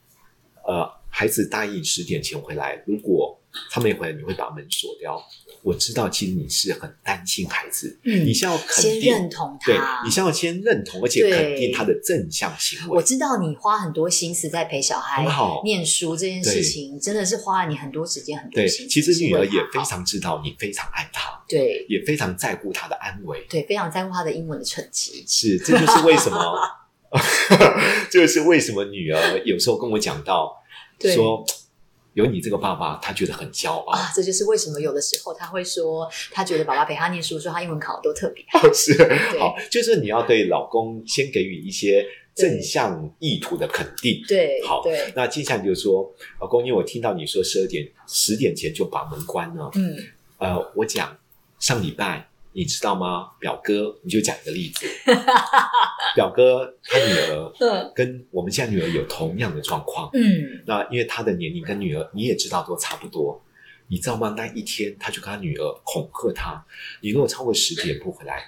B: 呃，孩子答应十点前回来，如果他没回来，你会把门锁掉。我知道，其实你是很担心孩子，
A: 嗯
B: 你是要肯
A: 先
B: 定，
A: 认同
B: 对
A: 他，，
B: 你是要先认同，而且
A: 对
B: 肯定他的正向行
A: 我
B: 为，
A: 知道你花很多心思在陪小孩
B: 很好。
A: 念书这件事情，真的是花了你很多时间、很多
B: 对，
A: 心思。
B: 其实女儿也非
A: 是为他好
B: 常知道你非常爱她，
A: 对
B: 也非常在乎她的安危。
A: 对，非常在乎他的英文的成绩。
B: 是，这就是为什么， 这就是为什么女儿有时候跟我讲到
A: 对
B: 说，有你这个爸爸，她觉得很 骄傲。
A: 啊，这就是为什么有的时候他会说，他觉得爸爸陪他念书，说他英文考得都特别好。
B: 是好，就是你要对老公先给予一些正向意图的肯定。
A: 对，
B: 好
A: 对，
B: 那接下来就是说，老公，因为我听到你说十二点、十点前就把门关了。
A: 嗯，
B: 呃，我讲上礼拜，你知道吗？表哥，你就讲一个例 子，表哥他女儿
A: 嗯
B: 跟我们现在女儿有同样的状况。
A: 嗯，
B: 那因为他的年龄跟女儿，你也知道都差不多，你知道吗？那一天他就跟他女儿恐吓他：你如果超过十点不回来，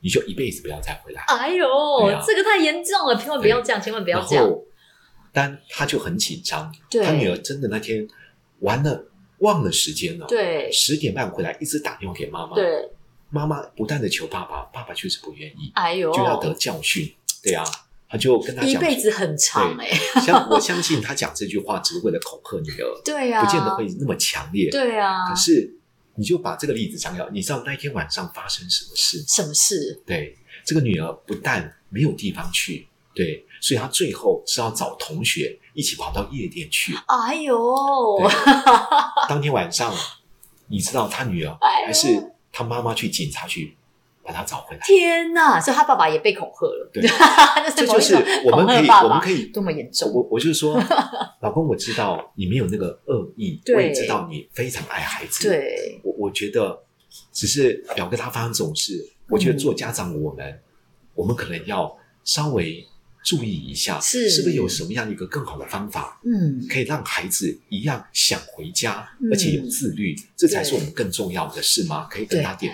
B: 你就一辈子不要再回来。
A: 哎呦
B: 对啊，
A: 这个太严重了，千万不要这样，千万不要
B: 然
A: 这样。
B: 后，但他就很紧张，
A: 对
B: 他女儿真的那天完了忘了时间了，
A: 对
B: 十点半回来一直打电话给妈妈，
A: 对，
B: 妈妈不断的求爸爸，爸爸确实不愿意，
A: 哎呦，
B: 就要得教训，对啊，他就跟他
A: 一
B: 讲，
A: 辈子很长哎、
B: 相我相信他讲这句话只是为了恐吓女儿，
A: 对呀、
B: 不见得会那么强烈，
A: 对啊
B: 可，是你就把这个例子讲了，你知道那一天晚上发生什么事？
A: 什么事？
B: 对，这个女儿不但没有地方去，对，所以她最后是要找同学一起跑到夜店 去。
A: 哎呦，
B: 当天晚上，你知道她女儿
A: 哎呦
B: 还是她妈妈去警察局把她找回来。
A: 天哪！所以他爸爸也被恐吓了，
B: 对
A: 这
B: 这就是我们可以，我们可
A: 以
B: 以，
A: 多么严重？
B: 我我就是 说，老公，我知道你没有那个恶意，
A: 对
B: 我也知道你非常爱孩子，，
A: 对，
B: 我我觉得只是表哥他发生这种事，我觉得做家长的我们，
A: 嗯
B: 我们可能要稍微注意一下，
A: 是
B: 不是有什么样一个更好的方法，
A: 嗯，
B: 可以让孩子一样想回家，
A: 嗯
B: 而且有自律，这才是我们更重要的事吗？可以跟他点，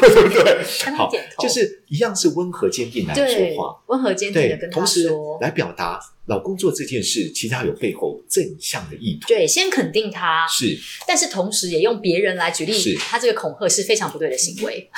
B: 对不对？
A: 跟他
B: 好
A: 点，头
B: 就是一样是温和坚定来
A: 对
B: 说话。，
A: 温和坚定的
B: 对
A: 跟，他
B: 同时
A: 说，
B: 来表达老公做这件事，其实他有背后正向的意图，
A: 对，先肯定他，
B: 是
A: 但是同时也用别人来举例
B: 是，
A: 他这个恐吓是非常不对的行为。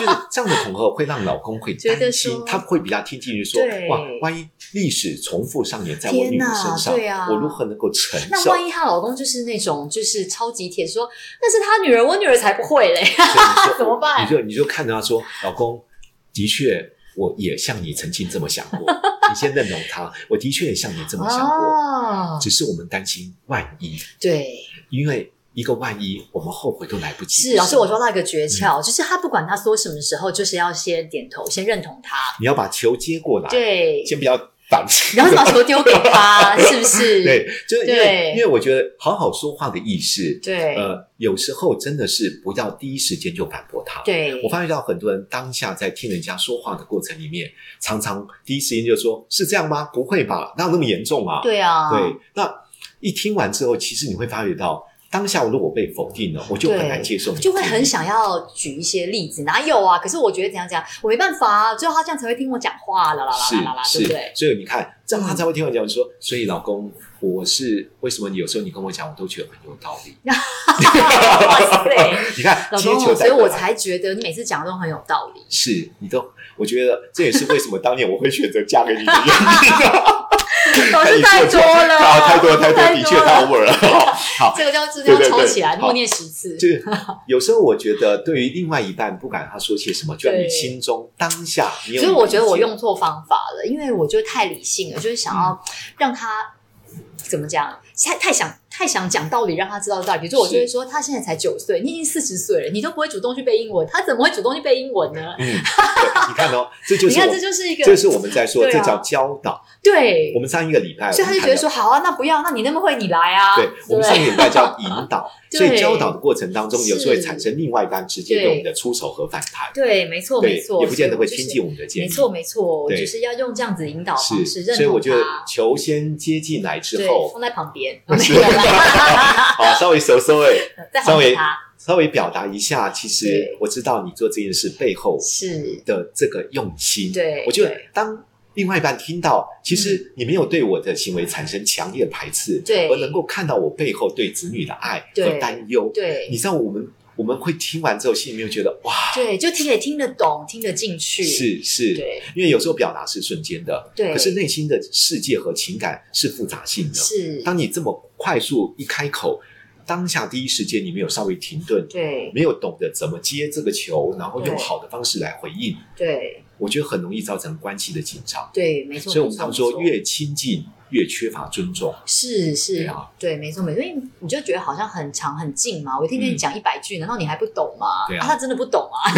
B: 就是这样的恐吓会让老公会
A: 觉得说
B: 担心，他会比较听进去说
A: 对，
B: 哇，万一历史重复上演在我
A: 天
B: 女
A: 哪
B: 儿身上，
A: 对啊
B: 我如何能够承
A: 那
B: 受？
A: 万一她老公就是那种就是超级铁，说那是她女儿，我女儿才不会嘞。
B: 所以你 就
A: 怎么办
B: 你就你就看着他说，老公，的确，我也像你曾经这么想 过，你先认同他，我的确也像你这么想过，
A: 哦，
B: 只是我们担心万一，
A: 对，
B: 因为一个万一，我们后悔都来不及。
A: 是老师，我抓到一个诀窍，
B: 嗯
A: 就是他不管他说什么时候，就是要先点头，先认同他。
B: 你要把球接过来，
A: 对，
B: 先不要挡起
A: 然后就把球丢给他，是不是？
B: 对，就是因
A: 对
B: 为因为我觉得好好说话的意识，
A: 对
B: 呃，有时候真的是不要第一时间就反驳他。，
A: 对
B: 我发觉到很多人当下在听人家说话的过程里面，常常第一时间就说：“是这样吗？不会吧？哪有那么严重啊？”
A: 对啊，
B: 对，那一听完之后，其实你会发觉到，当下如果被否定了，我就很
A: 对
B: 难接受你的
A: 就会
B: 建议
A: 很想要举一些例子，哪有啊？可是我觉得怎样怎样，我没办法啊，只有他这样才会听我讲话，啦啦啦
B: 是
A: 啦啦啦，对
B: 是
A: 不对，？
B: 所以你看，这样他才会听我讲说，所以老公，我是为什么你有时候你跟我讲，我都觉得很有道理。
A: 哇塞，
B: 你看，
A: 老
B: 接
A: 公，
B: 球
A: 所以
B: 再回
A: 我
B: 来
A: 才觉得你每次讲的都很有道理。
B: 是你都，我觉得这也是为什么当年我会选择嫁给 你的原因。
A: 老 师太多了，
B: 啊，太多了太多了，的确太 over 了。 好，
A: 这个叫这个
B: 对
A: 要
B: 对
A: 抄
B: 对
A: 起来，
B: 好
A: 默念十次。
B: 就是有时候我觉得，对于另外一半，不管他说些什么，就在
A: 对
B: 你心中当下，你有
A: 所以
B: 你的
A: 我觉得我
B: 意见
A: 用错方法了，因为我就太理性了，就是想要
B: 嗯
A: 让他、怎么讲，太太想太想讲道理，让他知道道理。比如说，我就会说他现在才九岁，你已经四十岁了，你都不会主动去背英文，他怎么会主动去背英文呢？
B: 嗯，对你看哦，这就是
A: 你看，
B: 我
A: 这就是一个，
B: 这是我们在说，
A: 对啊
B: 这叫教导。
A: 对
B: 我，们上一个礼拜，
A: 所以他就觉得说，好啊，那不要，那你那么会，你来啊。
B: 我们谈到，对，我们上一个礼拜叫引 导，
A: 对
B: 所以教导的过程当中，有时候会
A: 是
B: 产生另外一半直接
A: 对
B: 对我们的出手和反弹，
A: 对，没错，没
B: 对，
A: 错，
B: 也不见得会
A: 所以我就是
B: 听进我们的建
A: 没
B: 议。
A: 错，没错，我
B: 对
A: 就是要用这样子引导方式
B: 是，
A: 认
B: 所以我
A: 同
B: 觉得
A: 他，
B: 球先接进来之
A: 对，
B: 后，
A: 放在旁 边，没有啦，
B: 好，稍微收收尾，
A: 再还
B: 稍微
A: 给他，
B: 稍微表达一下。其
A: 对
B: 实我知道你做这件事背后
A: 是
B: 的这个用心。
A: 对
B: 我觉得
A: 对
B: 当另外一半听到，其实你没有对我的行为产生强烈的排斥，
A: 对
B: 而能够看到我背后对子女的爱
A: 对
B: 和担忧。
A: 对
B: 你，知道我们我们会听完之后，心里面觉得哇，
A: 对，就听也听得懂，听得进去，，
B: 是是。
A: 对，
B: 因为有时候表达是瞬间的，
A: 对
B: 可是内心的世界和情感是复杂性的，
A: 是，
B: 当你这么快速一开口，当下第一时间你没有稍微停顿，
A: 对
B: 没有懂得怎么接这个球，然后用
A: 对
B: 好的方式来回应，
A: 对
B: 我觉得很容易造成关系的紧张。
A: 对，没错。
B: 所以我们
A: 没错
B: 常说，
A: 没错
B: 越亲近越缺乏尊重。
A: 是
B: 对
A: 是
B: 啊，
A: 对，没错没错，因为你就觉得好像很长很近嘛，我一天跟你
B: 嗯
A: 讲一百句，难道你还不懂吗？
B: 对啊
A: 他真的不懂啊，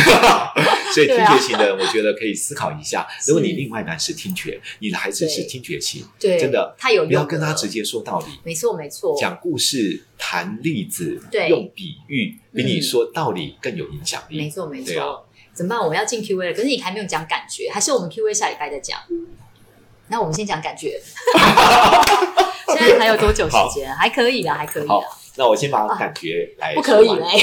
B: 所以
A: 对
B: 听
A: 啊
B: 觉型的人，我觉得可以思考 一下，如果你另外一半是听觉，你的孩子是
A: 对
B: 听觉型，
A: 对，
B: 真的
A: 太有用，
B: 不要跟他直，接说道理。
A: 没错没错，
B: 讲故事、谈例子
A: 对、
B: 用比喻，比你
A: 嗯
B: 说道理更有影响
A: 没
B: 力。
A: 错没
B: 对啊
A: 错。怎么办？我们要进 Q&A 了，可是你还没有讲感觉，还是我们 Q&A 下礼拜再讲？那我们先讲感觉。 现在还有多久时间？还可以啦，还可以啦
B: 好。那我先把感觉来
A: 不可以
B: 说完
A: 嘞！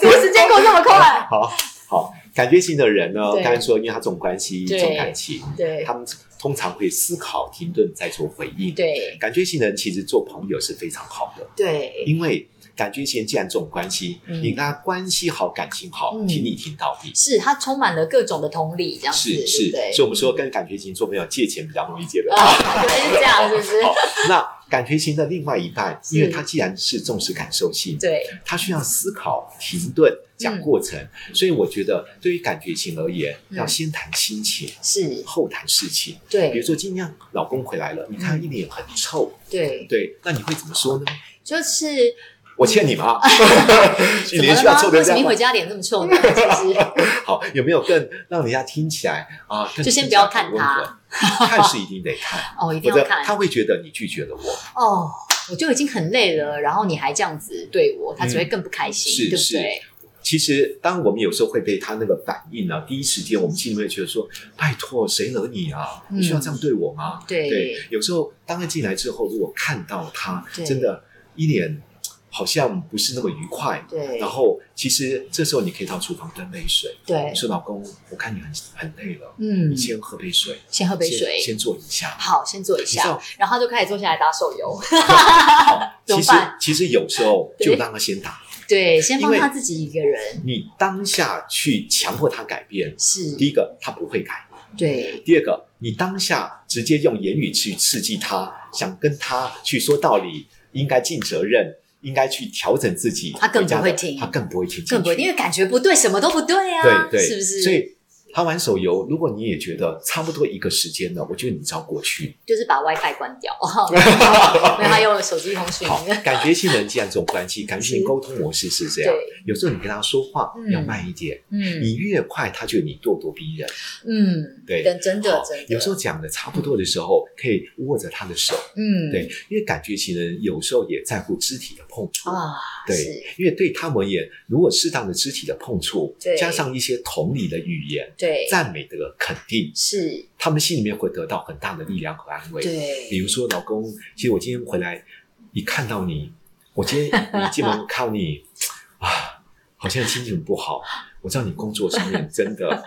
A: 怎么时间过这么快？
B: 好好，感觉型的人呢，
A: 对
B: 刚才说，因为他重关系、
A: 对
B: 重感情，
A: 对
B: 他们通常会思考、停顿再做回应。，
A: 对
B: 感觉型的人其实做朋友是非常好的，
A: 对
B: 因为感觉型既然重关系，
A: 嗯
B: 你跟他关系好、感情好，
A: 嗯
B: 听你听到底。
A: 是它充满了各种的同理，这样子
B: 是
A: 对
B: 是
A: 不对，
B: 所以我们说跟感觉型做朋友借钱比较容易借得到。
A: 啊， 原来是这样，是不是？
B: 好，那感觉型的另外一半，因为
A: 嗯是
B: 他既然是重视感受性，
A: 对，
B: 他需要思考、停顿、讲过程，所以我觉得对于感觉型而言，
A: 嗯
B: 要先谈心情，
A: 是，
B: 后谈事情。比
A: 对
B: 如说，今天老公回来了，
A: 嗯
B: 你看他一脸很臭，
A: 对，
B: 对，那你会怎么说呢？
A: 嗯就是
B: 我欠你 吗？你
A: 怎
B: 连
A: 么了
B: 续要
A: 吗？
B: 臭
A: 为
B: 成这
A: 什么一
B: 样吗
A: 回？家脸这么臭 呢？就是
B: 好，有没有更让人家听起来啊？更
A: 就先
B: 更
A: 不要
B: 加
A: 看
B: 温
A: 他
B: 和，看是一定得看，
A: 哦，一定
B: 否
A: 要
B: 则
A: 看
B: 他会觉得你拒绝了我。
A: 哦，我就已经很累了，然后你还这样子对我，他只会更不开心，
B: 是
A: 对不对？
B: 其实，当我们有时候会被他那个反应呢、第一时间我们心里面会觉得说：“拜托，谁惹你啊？
A: 嗯
B: 你需要这样对我吗？”对
A: 对，
B: 有时候当他进来之后，如果看到他
A: 对
B: 真的一脸好像不是那么愉快，
A: 对
B: 然后其实这时候你可以到厨房端杯水，
A: 对
B: 你，说老公，我看你很很累了，
A: 嗯
B: 你，先喝杯水，
A: 先喝杯水
B: 先，先坐一 下。
A: 好，先坐一
B: 你知
A: 下
B: 道，
A: 然后他就开始坐下来打手游，怎
B: 其
A: 么
B: 实
A: 办
B: 其实有时候
A: 对
B: 就让他先打，
A: 对，先放
B: 因为
A: 他自己一个人，
B: 你当下去强迫他改变，
A: 是，
B: 第一个他不会改，
A: 对，
B: 第二个你当下直接用言语去刺激他，想跟他去说道理，应该尽责任，应该去调整自己，
A: 他更不会
B: 回家的
A: 听
B: 他更不会听进去，
A: 更不因为感觉不对，什么都不对啊，
B: 对对，
A: 是不是？
B: 所以他玩手游，如果你也觉得差不多一个时间了，我觉得你只要过去。
A: 就是把 WiFi 关 掉，没有他用手机通讯，
B: 好，感觉性人既然这种关系，感觉性
A: 是
B: 沟通模式是这样。
A: 对，
B: 有时候你跟他说话
A: 嗯
B: 要慢一点，
A: 嗯
B: 你越快，他觉得你咄咄逼人。
A: 嗯，
B: 对
A: 真真的
B: 好
A: 真的，
B: 有时候讲的差不多的时候，可以握着他的手。
A: 嗯，
B: 对，因为感觉型人有时候也在乎肢体的碰触。
A: 啊，
B: 对
A: 是，
B: 因为对他们而言，如果适当的肢体的碰触
A: 对，
B: 加上一些同理的语言、
A: 对，
B: 赞美的肯定，
A: 是，
B: 他们心里面会得到很大的力量和安慰。
A: 对，
B: 比如说，老公，其实我今天回来，一看到你，我今天你进门看到你，啊，好像心情很不好。我知道你工作上面真的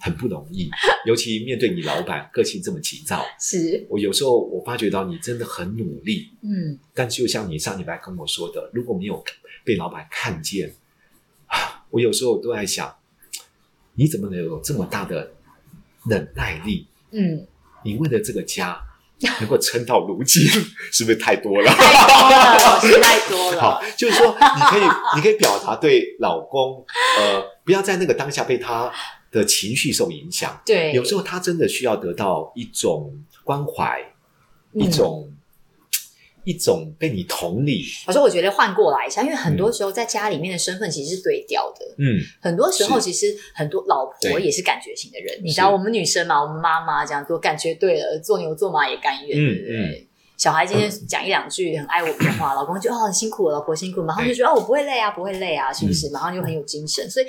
B: 很不容易，尤其面对你老板，个性这么急躁。
A: 是，
B: 我有时候我发觉到你真的很努力，
A: 嗯，
B: 但就像你上礼拜跟我说的，如果没有被老板看见，啊，我有时候都在想，你怎么能有这么大的忍耐力？
A: 嗯，
B: 你为了这个家能够撑到如今， 是不是太多了？
A: 太多了，老师太多
B: 好
A: 了，，
B: 就是说你可以， 你可以表达对老公，呃，不要在那个当下被他的情绪受影响。
A: 对，
B: 有时候他真的需要得到一种关怀，
A: 嗯
B: 一种、一种被你同理。
A: 老师，我觉得换过来一下，因为很多时候在家里面的身份其实是对调的。
B: 嗯，
A: 很多时候，
B: 是
A: 其实很多老婆
B: 对
A: 也是感觉型的人。你知
B: 是
A: 道，我们女生嘛，我们妈妈这样做，感觉对了，做牛做马也甘愿，
B: 嗯嗯
A: 对不对？小孩今天讲一两句很爱我们的话，老公就哦辛苦了，老婆辛苦了，马上就觉得哦我不会累啊，不会累
B: 嗯
A: 啊，是不是？马上就很有精神。所以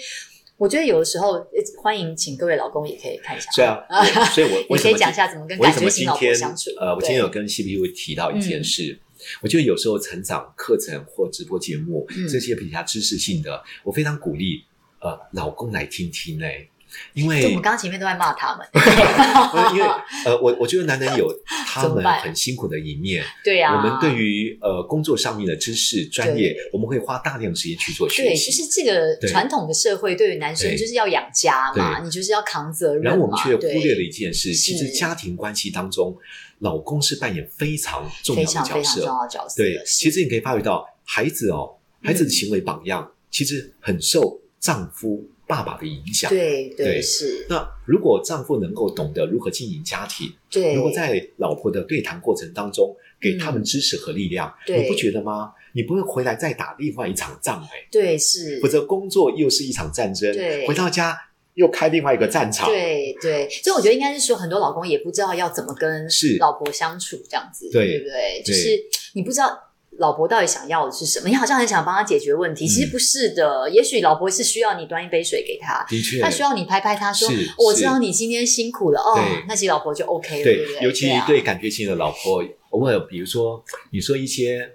A: 我觉得有的时候，呃欢迎请各位老公也可以看一下，
B: 所以啊， 我所以我
A: 你
B: 为
A: 可
B: 什
A: 以
B: 么
A: 讲一下怎么跟
B: 为
A: 感
B: 什么
A: 觉
B: 今
A: 型老婆
B: 天
A: 相处。
B: 呃，我今天
A: 对嗯
B: 有跟 CPU 提到一件事，我觉得有时候成长课程或直播节目、
A: 嗯
B: 这些比较知识性的，我非常鼓励呃老公来听听嘞、因
A: 就我
B: 为
A: 们刚刚前面都在骂他 们，
B: 呃因为呃我我觉得男人有他
A: 怎么
B: 们
A: 办
B: 很辛苦的一面，
A: 对啊呀、
B: 我们对于呃工作上面的知识专业，我们会花大量时间去做学
A: 对，
B: 习，
A: 就是这个
B: 对
A: 传统的社会对于男生
B: 对
A: 就是要养家嘛，
B: 对
A: 你就是要扛责任嘛。
B: 然后我们却
A: 对
B: 忽略了一件事，其实
A: 是
B: 家庭关系当中，老公是扮演非常重要
A: 非
B: 的角
A: 常
B: 色，
A: 非常重要的嗯角色。
B: 对，其实你可以发觉到，孩子哦，孩子的行为榜样、其实很受丈夫、爸爸的影响。
A: 对对
B: 对
A: 是，
B: 那如果丈夫能够懂得如何经营家庭，
A: 对，嗯
B: 如果在老婆的对谈过程当中给他们支持和力量，
A: 对
B: 你不觉得吗？你不会回来再打另外一场仗哎、
A: 对是
B: 否，则工作又是一场战争
A: 对，
B: 回到家又开另外一个战场。
A: 对对，所以我觉得应该是说，很多老公也不知道要怎么跟
B: 是
A: 老婆相处这样子，
B: 对
A: 对不对？就是你不知道。老婆到底想要的是什么？你好像很想帮她解决问题，其实
B: 嗯
A: 不是的。也许老婆是需要你端一杯水给她，
B: 的确，
A: 她需要你拍拍她说哦
B: 是：“
A: 我知
B: 是
A: 道你今天辛苦了哦。
B: 对”
A: 那其实老婆就 OK 了，对
B: 对
A: 不，对？
B: 尤其
A: 对啊
B: 对感觉型的老婆，偶尔比如说你说一些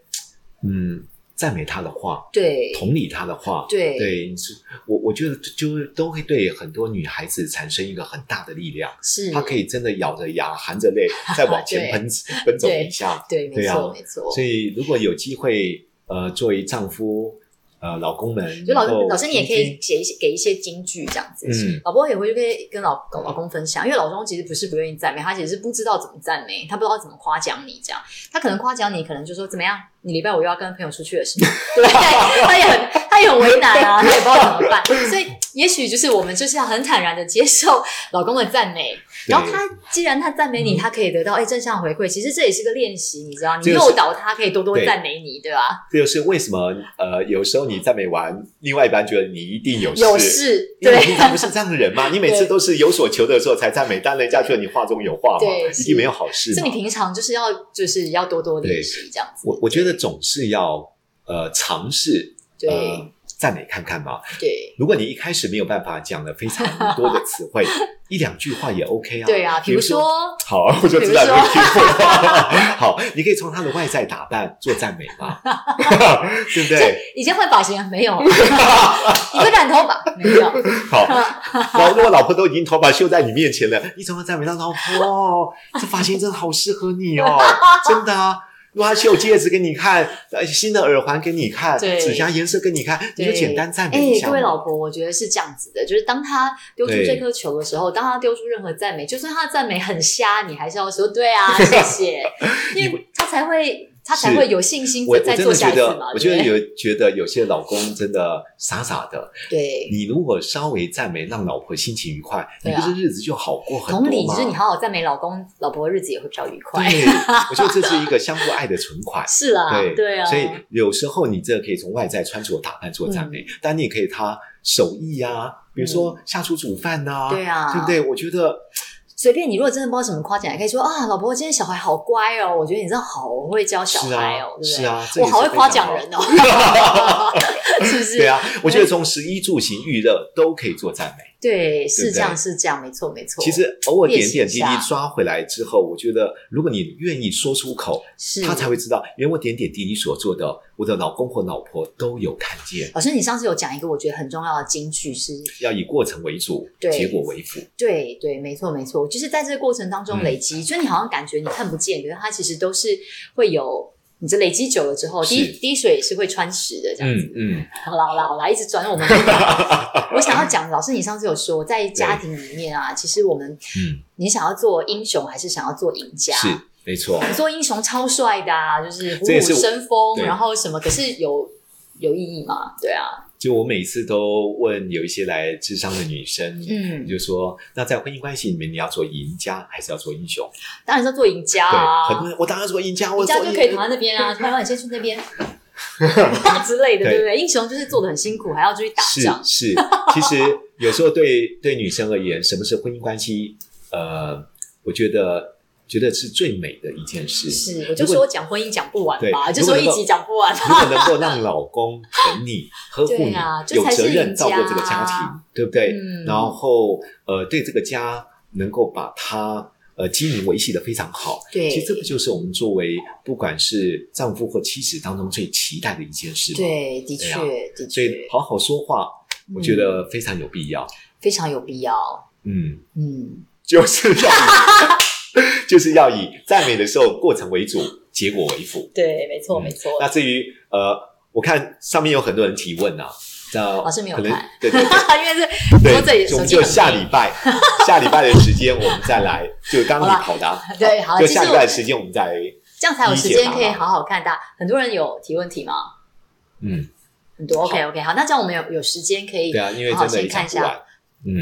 B: 嗯赞美他的话，
A: 对
B: 同理他的话，
A: 对
B: 对，你是我我觉得就是都会对很多女孩子产生一个很大的力量，
A: 是，
B: 她可以真的咬着牙含着 泪再往前奔奔走一下。
A: 对，没
B: 对啊
A: 错没错。
B: 所以如果有机会，呃，作为丈夫，呃，老公们，
A: 就老
B: 能够
A: 老师，你也可
B: 听
A: 以
B: 听，
A: 写一些给一些金句这样子，
B: 哦嗯
A: 老婆也回去可以跟老跟老公分享，因为老公其实不是不愿意赞美，他其实是不知道怎么赞美，他不知道怎么夸奖你这样，他可能夸奖你，可能就说怎么样，你礼拜五又要跟朋友出去了 是吗？对，他也很他也很为难啊，他也不知道怎么办，所以也许就是我们就是要很坦然的接受老公的赞美，
B: 对
A: 然后他既然他赞美你，他可以得到哎正向回馈，其实这也是个练习，你知道，你
B: 这个是
A: 诱导他可以多多
B: 对
A: 赞美你，对吧？
B: 这就是为什么呃，有时候你赞美完，另外一半觉得你一定有事。
A: 有事
B: 因
A: 对
B: 为你平常不是这样的人嘛，你每次都是有所求的时候才赞美，但人家觉得你话中有话嘛
A: 对，
B: 一定没有好事
A: 是
B: 嘛
A: 你。平常就是要就是要多多练习这样子。
B: 我我觉得总是要呃尝试
A: 对、
B: 呃赞美看看嘛。
A: 对
B: 如果你一开始没有办法讲的非常多的 词汇，一两句话也 OK 啊。
A: 对啊，比如说
B: 好，我就知道
A: 比
B: 你
A: 如
B: 会
A: 说
B: 听我。 好，你可以从他的外在打扮做赞美嘛， 对不对？
A: 已经换发型了没有？ 你会染头发没有？
B: 好，然后如果老婆都已经头发秀在你面前了，你怎么赞美到老婆？哦，这发型真的好适合你 哦，真的啊。如果她绣戒指给你看，呃，新的耳环给你看，
A: 对
B: 指甲颜色给你看，你
A: 对
B: 就简单赞美一
A: 哎，
B: 下
A: 各
B: 嘛。
A: 位老婆，我觉得是这样子的，就是当他丢出
B: 对
A: 这颗球的时候，当他丢出任何赞美，就算他的赞美很瞎，你还是要说对啊，谢 谢，因为他才会他才
B: 是
A: 会有信心
B: 我我
A: 再
B: 真
A: 做
B: 的
A: 下
B: 觉
A: 一次
B: 得
A: 嘛。，
B: 我觉得
A: 对不对
B: 有觉得有些老公真的傻傻的。
A: 对。
B: 你如果稍微赞美，让老婆心情愉快，你
A: 对
B: 不
A: 啊
B: 是日子就好过很
A: 同
B: 多吗？
A: 理，就是你好好赞美老公，老婆日子也会比较愉快。。
B: 对，我觉得这是一个相互爱的存款
A: 是啦，
B: 对
A: 对啊，
B: 所以有时候你这个可以从外在穿着打扮做赞
A: 嗯
B: 美，但你也可以他手艺啊，比如说下厨煮饭呐、
A: 对啊
B: 对不对？我觉得
A: 随便你，如果真的不知道怎么夸奖，也可以说啊，老婆，今天小孩好乖哦，我觉得你真的好会教小
B: 是
A: 孩
B: 啊
A: 哦，，对不
B: 是
A: 对？
B: 啊，这
A: 我
B: 也是
A: 好会
B: 非
A: 夸
B: 常
A: 奖
B: 好
A: 人。哦， 是不是？
B: 对啊，我觉得从食衣住行、娱乐都可以做赞美。
A: 对，
B: 对
A: 是
B: 不
A: 这样，
B: 对
A: 是这样，没错，没错。
B: 其实偶尔
A: 练
B: 点
A: 习
B: 点
A: 一
B: 滴滴
A: 下
B: 抓回来之后，我觉得如果你愿意说出口，
A: 是
B: 他才会知道，原来我点点滴滴所做的，我的老公或老婆都有看见。
A: 老师，你上次有讲一个我觉得很重要的金句是，
B: 要以过程为主，
A: 对
B: 结果为辅。
A: 对对，没错没错，就是在这个过程当
B: 嗯
A: 中累积，就是你好像感觉你看不见，可是它其实都是会有，你这累积久了之后，
B: 是
A: 滴滴水也是会穿石的这样子。
B: 嗯嗯，
A: 好啦好啦好啦，一直转我们。 我想要讲，老师，你上次有说，在家庭里面啊，其实我们，
B: 嗯
A: 你想要做英雄还是想要做赢家？
B: 是没错。
A: 你做英雄超帅的啊，就是虎
B: 这也
A: 虎
B: 是我
A: 生风，
B: 对
A: 然后什么，可是有有意义吗？对啊，
B: 就我每次都问有一些来智商的女生，
A: 嗯
B: 就说那在婚姻关系里面，你要做赢家还是要做英雄？
A: 当然是要做赢家
B: 对，很
A: 啊
B: 多，人我当然做赢家，我
A: 赢家
B: 做
A: 就
B: 赢
A: 可以躺在那边啊，台湾你先去那 边之类的，
B: 对
A: 对不对？英雄就是做的很辛苦，还要出去打
B: 是
A: 仗，
B: 是，其实有时候对 对女生而言，什么是婚姻关系？呃，我觉得觉得是最美的一件事。
A: 是我就
B: 如果
A: 说讲婚姻讲不完吧，
B: 对
A: 啊就说一集讲不完吧。
B: 如果能够让老公 疼你、呵护
A: 对
B: 你、
A: 啊这
B: 有
A: 才是
B: 责任
A: 赢
B: 照顾这个
A: 家
B: 家庭
A: 啊，
B: 对不对？
A: 嗯
B: 然后呃，对这个家能够把它呃经营维系的非常好。
A: 对
B: 其实这不就是我们作为不管是丈夫或妻子当中最期待的一件事吗？，
A: 对，的
B: 对
A: 确
B: 啊，
A: 的
B: 所以
A: 确，嗯
B: 好好说话，我觉得非常有必要。
A: 非常有必要。
B: 嗯，
A: 嗯，
B: 就是要以 就是要以赞美的时候过程为主，结果为辅。
A: 对，没错，
B: 嗯
A: 没错。
B: 那至于呃，我看上面有很多人提问啊，那
A: 老师哦没有
B: 可能
A: 看
B: 对 对
A: 因为是说这
B: 对，
A: 里
B: 所
A: 手
B: 以我们
A: 机
B: 就
A: 很
B: 下
A: 累
B: 礼拜 下礼拜的时间我们再来，就刚
A: 好
B: 刚
A: 啦
B: 你考答，
A: 对好
B: 就
A: 其实
B: 下礼
A: 我
B: 拜的时间我们再
A: 这样才有时
B: 理解
A: 间
B: 吧
A: 可以好好看大家。很多人有提问题吗？
B: 嗯，
A: 很多。OK OK，好，那这样我们有有时间可以
B: 对啊，因为
A: 好好
B: 真
A: 先
B: 的也
A: 看
B: 讲
A: 一下。
B: 不完，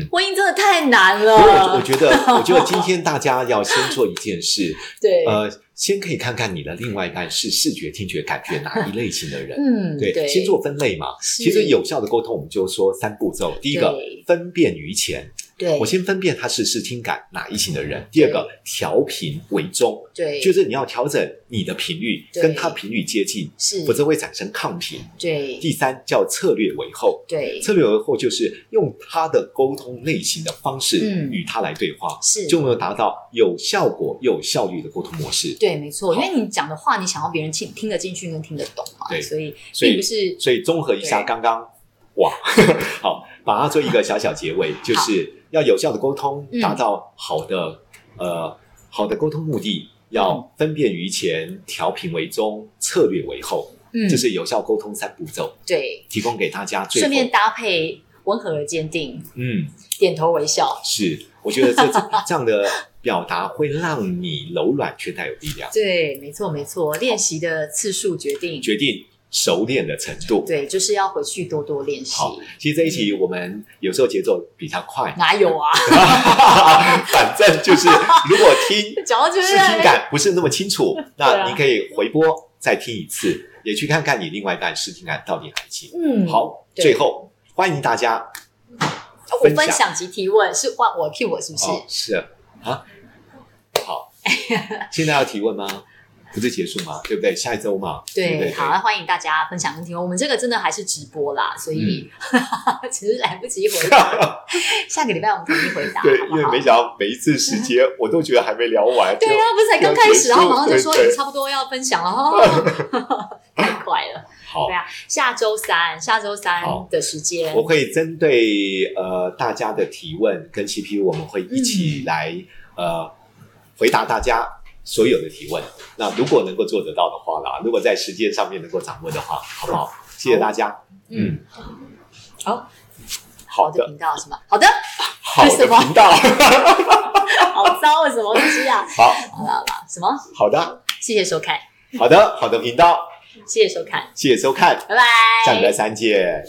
B: 嗯。
A: 婚姻真的太难
B: 所以啊我我
A: 了，
B: 觉得，我觉得今天大家要先做一件事，
A: 对，
B: 呃，先可以看看你的另外一半是视觉、听觉、感觉哪一类型的人，
A: 嗯，
B: 对，
A: 对，
B: 先做分类嘛。
A: 是
B: 其实有效的沟通，我们就说三步骤。第一个
A: 对，
B: 分辨于前，
A: 对
B: 我先分辨他是视听感哪一型的人。第二个，调频为中，
A: 嗯对，
B: 就是你要调整你的频率
A: 对嗯
B: 跟他频率接近，
A: 是
B: 否则会产生抗频。
A: 对
B: 第三叫策略为后，
A: 对
B: 策略为后就是用他的沟通类型的方式
A: 嗯
B: 与他来对话，
A: 是
B: 就能够达到有效果又有效率的沟通模式。
A: 对，没错，因
B: 好
A: 为你讲的话，你想要别人听听得进去跟听得懂嘛，
B: 对
A: 所以
B: 所以
A: 并不是
B: 所以综合一下
A: 对
B: 刚刚，哇， 好，把它做一个小小结尾，就是要有效的沟通
A: 嗯，
B: 达到好的、呃好的沟通目
A: 嗯
B: 的，要分辨于前，调频为中，策略为后，
A: 嗯，
B: 这是有效沟通三步骤，
A: 对，
B: 提供给大家最
A: 顺
B: 后
A: 便搭配温和而坚定，
B: 嗯。
A: 点头微笑，
B: 是，我觉得这 这样的表达会让你柔软却带有力量，
A: 对，没错没错，练习的次数决定，
B: 决定熟练的程度。
A: 对，就是要回去多多练习，，
B: 好，其实这一集我们有时候节奏比较快
A: 哪有啊？
B: 反正就是如果听
A: 讲到就是
B: 视听感不是那么 清楚，
A: 对啊
B: 那你可以回播再听一次，也去看看你另外一半视听感到底哪一集。
A: 嗯，
B: 好，
A: 对
B: 最后欢迎大家
A: 我
B: 分享
A: 分享及提问是换我 Q 我是不是？
B: 哦，是啊啊， 好，现在要提问吗？不是结束吗？对不对？下一周嘛，对不
A: 对，
B: 对，
A: 好，那欢迎大家分享跟提问。我们这个真的还是直播啦，所以、
B: 嗯
A: 其实来不及回 答。下个礼拜我们统一回答，
B: 对，
A: 好不
B: 因为
A: 好
B: 没想到每一次时间我都觉得还没聊完，
A: 对啊，不是才刚开始，
B: 要结
A: 然
B: 束
A: 后马上就说
B: 对对
A: 你差不多要分享了， 哦太快了。
B: 就好
A: 对。啊，下周三，下周三
B: 好
A: 的时间
B: 我，会针对呃大家的提问跟 CPU，我们会一起来、呃回答大家所有的提问。那如果能够做得到的话啦，如果在时间上面能够掌握的话，好不好？谢谢大家。
A: 嗯，好
B: 好
A: 的
B: 的，
A: 频道是吗？好的，
B: 好
A: 是什
B: 的
A: 么
B: 频道，
A: 好糟啊，什么东西啊？
B: 好
A: 好了好了，什么？
B: 好的，
A: 谢谢收看，
B: 好的，好的频道，
A: 谢谢收看，
B: 谢谢收看，
A: 拜拜，
B: 下礼拜三见。